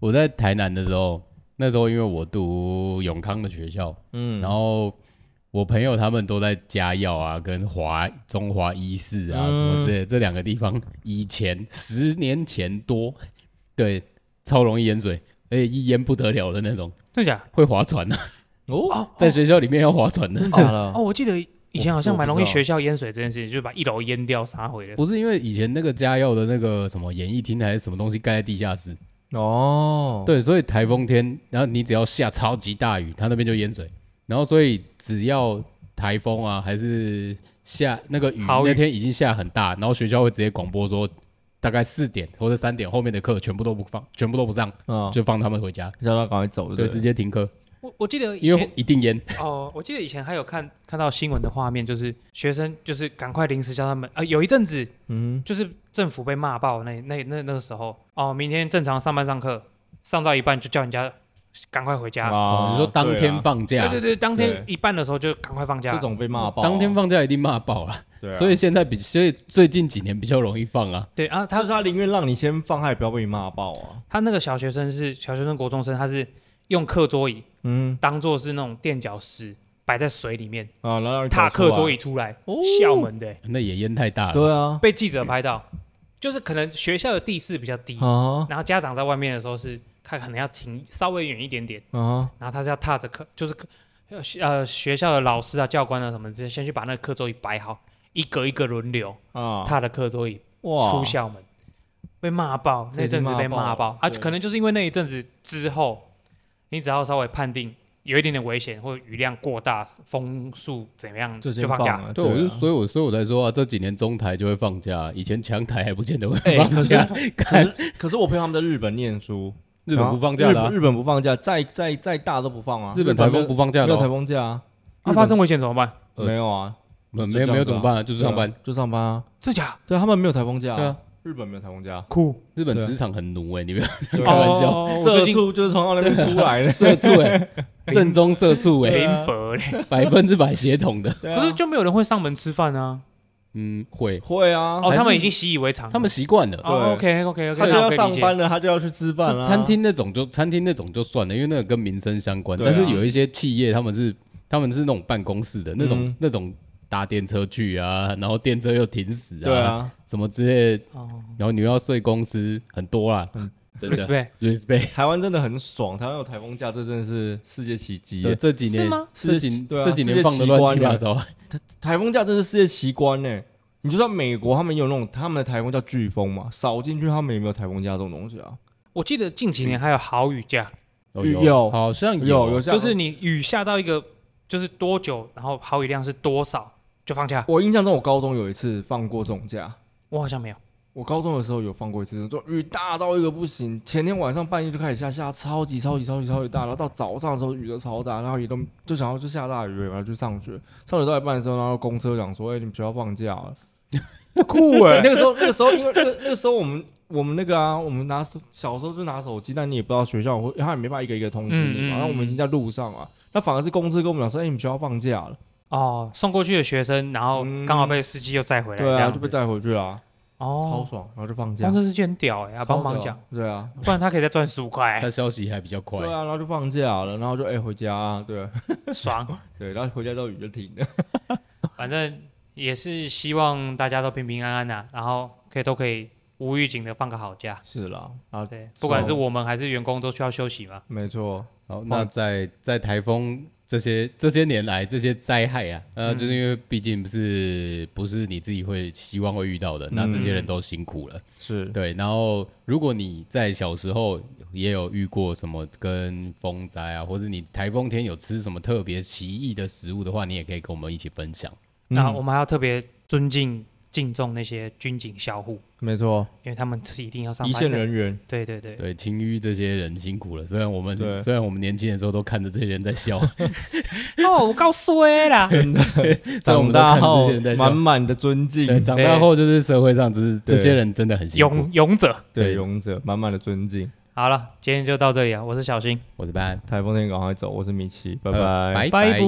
Speaker 2: 我在台南的时候，那时候因为我读永康的学校，
Speaker 3: 嗯，
Speaker 2: 然后我朋友他们都在嘉耀啊，跟华中华医事啊、
Speaker 3: 嗯
Speaker 2: 什么之类的这两个地方，以前十年前多，对，超容易淹水，而且一淹不得了的那种，
Speaker 1: 真的假？
Speaker 2: 会划船啊，
Speaker 3: 哦，
Speaker 2: 在学校里面要划船的。
Speaker 3: 真假的
Speaker 1: 哦，，我记得以前好像
Speaker 3: 我不
Speaker 1: 蛮
Speaker 3: 知道
Speaker 1: 容易学校淹水这件事情，就是把一楼淹掉杀回的。
Speaker 2: 不是因为以前那个嘉耀的那个什么演艺厅还是什么东西盖在地下室，
Speaker 3: 哦，
Speaker 2: 对，所以台风天，然后你只要下超级大雨，它那边就淹水。然后所以只要台风啊，还是下那个雨，
Speaker 1: 好雨
Speaker 2: 那天已经下很大，然后学校会直接广播说，大概四点或者三点后面的课全部都不放，全部都不上，
Speaker 3: 啊，
Speaker 2: 就放他们回家，
Speaker 3: 让他赶快走，
Speaker 2: 哦对，
Speaker 3: 对，
Speaker 2: 直接停课，
Speaker 1: 我我记得以
Speaker 2: 因
Speaker 1: 前
Speaker 2: 为一定淹。
Speaker 1: 哦，我记得以前还有看看到新闻的画面，就是学生就是赶快临时叫他们啊，有一阵子
Speaker 3: 嗯，
Speaker 1: 就是政府被骂爆那那那那个时候哦，明天正常上班上课，上到一半就叫人家赶快回家。
Speaker 2: 哦，你说当天放假
Speaker 1: 对，对对，当天
Speaker 3: 对
Speaker 1: 一半的时候就赶快放假。
Speaker 3: 啊这种被骂爆，啊
Speaker 2: 当天放假一定骂爆了，
Speaker 3: 对啊，
Speaker 2: 所以现在比所以最近几年比较容易放啊。
Speaker 1: 对啊，
Speaker 3: 他
Speaker 1: 他
Speaker 3: 说他宁愿让你先放，他也不要被你骂爆啊。
Speaker 1: 他那个小学生是小学生国中生，他是用课桌椅
Speaker 3: 嗯
Speaker 1: 当做是那种垫脚石，摆在水里面，
Speaker 3: 啊，然后让你
Speaker 1: 踏
Speaker 3: 搞出
Speaker 1: 课
Speaker 3: 来
Speaker 1: 桌椅，出来
Speaker 3: 哦，
Speaker 1: 校门的欸、
Speaker 2: 那也烟太大了，
Speaker 3: 对啊，
Speaker 1: 被记者拍到，就是可能学校的地势比较低，
Speaker 3: 啊
Speaker 1: 然后家长在外面的时候是他可能要停稍微远一点点，
Speaker 3: 啊，
Speaker 1: 然后他是要踏着课，就是课呃学校的老师啊、教官啊什么，直接先去把那个课桌椅摆好，一格一格轮流
Speaker 3: 啊，
Speaker 1: 踏着课桌椅
Speaker 3: 哇，
Speaker 1: 出校门，被骂爆，
Speaker 3: 这
Speaker 1: 那
Speaker 3: 已
Speaker 1: 阵
Speaker 3: 经
Speaker 1: 子被
Speaker 3: 骂
Speaker 1: 骂
Speaker 3: 爆
Speaker 1: 爆
Speaker 3: 了
Speaker 1: 啊，
Speaker 3: 对
Speaker 1: 可能就是因为那一阵子之后，你只要稍微判定有一点点危险或者雨量过大、风速怎么样，
Speaker 3: 就
Speaker 1: 就
Speaker 3: 先
Speaker 1: 放假。
Speaker 3: 了
Speaker 2: 对，
Speaker 3: 啊
Speaker 2: 我就所以我所以我才说啊，这几年中台就会放假，以前强台还不见得会
Speaker 3: 哎
Speaker 2: 放 假。
Speaker 3: 可
Speaker 2: 看
Speaker 3: 是可是我朋友他们在日本念书，
Speaker 2: 日本不放假
Speaker 3: 日
Speaker 2: 了啊
Speaker 3: 本，日本不放假，再再再大都不放啊，
Speaker 2: 日本台风不放假
Speaker 3: 没
Speaker 2: 了
Speaker 3: 有台
Speaker 2: 哦，
Speaker 3: 风假啊，
Speaker 1: 啊，发生危险怎么办？
Speaker 2: 呃
Speaker 3: 没有啊，
Speaker 2: 没有
Speaker 3: 就
Speaker 2: 没有
Speaker 3: 这样子啊
Speaker 2: 没有怎么办啊？就是上班
Speaker 3: 对。啊就上班啊，
Speaker 1: 真假？
Speaker 3: 对啊，他们没有台风假，
Speaker 2: 对啊，，
Speaker 3: 日本没有台风假，
Speaker 1: 酷，
Speaker 2: 日本
Speaker 3: 对啊
Speaker 2: 职场很奴哎，你不要
Speaker 3: 对
Speaker 2: 开
Speaker 3: 啊
Speaker 2: 玩笑，
Speaker 1: 哦、我
Speaker 3: 社
Speaker 1: 最近
Speaker 3: 畜就是从他那边出来的
Speaker 2: 社畜 哎，正宗社畜哎，
Speaker 3: 对啊
Speaker 1: 林伯嘞，
Speaker 2: 百分之百血统的。
Speaker 3: 对啊
Speaker 1: 可是就没有人会上门吃饭啊？
Speaker 2: 嗯，会，
Speaker 3: 会啊，
Speaker 1: 哦，
Speaker 2: 还
Speaker 1: 他们
Speaker 2: 是
Speaker 1: 已经习以为常了，
Speaker 2: 他们习啊惯了。
Speaker 1: 哦
Speaker 3: 对
Speaker 1: OK OK OK，
Speaker 3: 他就要上班了，他就要去吃饭
Speaker 2: 就
Speaker 3: 了，啊
Speaker 2: 餐厅那种就餐厅那种就算了，因为那个跟民生相关。
Speaker 3: 对啊
Speaker 2: 但是有一些企业，他们是他们是那种办公室的那种、
Speaker 3: 嗯
Speaker 2: 那种搭电车去啊，然后电车又停死啊，
Speaker 3: 对啊，
Speaker 2: 什么之类的，
Speaker 1: 哦
Speaker 2: 然后你又要睡公司，很多啊啦，真的
Speaker 1: ，respect，
Speaker 2: respect。
Speaker 3: 台湾真的很爽，台湾有台风假，这真的是世界奇迹
Speaker 2: 对，
Speaker 3: 耶。
Speaker 2: 这几
Speaker 1: 是
Speaker 2: 年
Speaker 1: 吗
Speaker 2: 这
Speaker 3: 世界
Speaker 2: 几、
Speaker 3: 对啊
Speaker 2: 这几年放的乱七八糟，
Speaker 3: 台风假真是世界奇观呢。你就算美国，他们有那种他们的台风叫飓风嘛，扫进去他们也没有台风假这种东西啊。
Speaker 1: 我记得近几年还有好雨假，
Speaker 2: 哦
Speaker 3: 有
Speaker 2: 有好像
Speaker 3: 有有
Speaker 2: 有
Speaker 3: 嗯
Speaker 2: 啊
Speaker 3: 这样，
Speaker 1: 就是你雨下到一个就是多久，然后好雨量是多少就放假。
Speaker 3: 我印象中，我高中有一次放过这种假，
Speaker 1: 我好像没有，
Speaker 3: 我高中的时候有放过一次，就雨大到一个不行，前天晚上半夜就开始下，下超级超级超级超级大，然后到早上的时候雨都超大，然后也都就想要就下大雨，然后去上学，上学到一半的时候，然后公车讲说，哎、你们学校放假了，
Speaker 1: 酷哎
Speaker 3: 那个时欸候，那个时候，因为那个那个时候我们我们那个啊，我们拿手小时候就拿手机，但你也不知道学校会，他也没办法一个一个通知你
Speaker 1: 嗯嗯嗯
Speaker 3: 嘛。然后我们已经在路上啊，那反而是公司跟我们讲说，哎、你们学校放假了，
Speaker 1: 哦，送过去的学生，然后
Speaker 3: 嗯
Speaker 1: 刚好被司机又载回来，
Speaker 3: 对
Speaker 1: 这
Speaker 3: 啊，
Speaker 1: 样
Speaker 3: 就
Speaker 1: 子
Speaker 3: 被载回去了，超
Speaker 1: 哦，
Speaker 3: 爽，然后就放假
Speaker 1: 工，程师很屌哎，要帮忙
Speaker 3: 超屌
Speaker 1: 讲，，
Speaker 3: 对啊，
Speaker 1: 不然他可以再赚十五 块
Speaker 2: 他，消息还比较快
Speaker 3: 对，啊，然后就放假了，然后就哎、回家、啊， 对
Speaker 1: 爽。
Speaker 3: 对，然后回家之后雨就停了，
Speaker 1: 反正也是希望大家都平平安安呐，然后可以都可以无预警的放个好假。
Speaker 3: 是啦，啊，
Speaker 1: 对，不管是我们还是员工都需要休息嘛。
Speaker 3: 没错，
Speaker 2: 好，
Speaker 3: 哦
Speaker 2: 那在在台风这些这些年来这些灾害啊，呃，
Speaker 3: 嗯
Speaker 2: 就是因为毕竟不是不是你自己会希望会遇到的，
Speaker 3: 嗯
Speaker 2: 那这些人都辛苦了。
Speaker 3: 是嗯
Speaker 2: 对，然后如果你在小时候也有遇过什么跟风灾啊，或者你台风天有吃什么特别奇异的食物的话，你也可以跟我们一起分享。
Speaker 3: 嗯
Speaker 1: 那我们还要特别尊敬、敬重那些军警校护，
Speaker 3: 没错，
Speaker 1: 因为他们是一定要上
Speaker 3: 一
Speaker 1: 班
Speaker 3: 线
Speaker 1: 的。
Speaker 3: 人员，
Speaker 1: 对对对，
Speaker 2: 对，青淤这些人辛苦了，虽然我
Speaker 3: 对
Speaker 2: 们虽然我们年轻的时候都看着这些人在笑，
Speaker 1: 哦，我告衰啦，
Speaker 3: 真 的，
Speaker 2: 虽然我
Speaker 3: 长
Speaker 2: 们都
Speaker 3: 大
Speaker 2: 看着这
Speaker 3: 后
Speaker 2: 些人在笑
Speaker 3: 满，满的尊敬，
Speaker 2: 对，长大后就是社会上，只是这
Speaker 3: 对
Speaker 2: 些人真的很辛苦
Speaker 1: 勇。勇者。
Speaker 3: 对
Speaker 2: 对
Speaker 3: 勇者满满的尊敬。
Speaker 1: 好了，今天就到这里啊，我是小新，
Speaker 2: 我是班安，
Speaker 3: 台风天赶快走，我是米奇，拜
Speaker 2: 呃
Speaker 3: 哎拜。
Speaker 2: 拜拜
Speaker 1: 拜。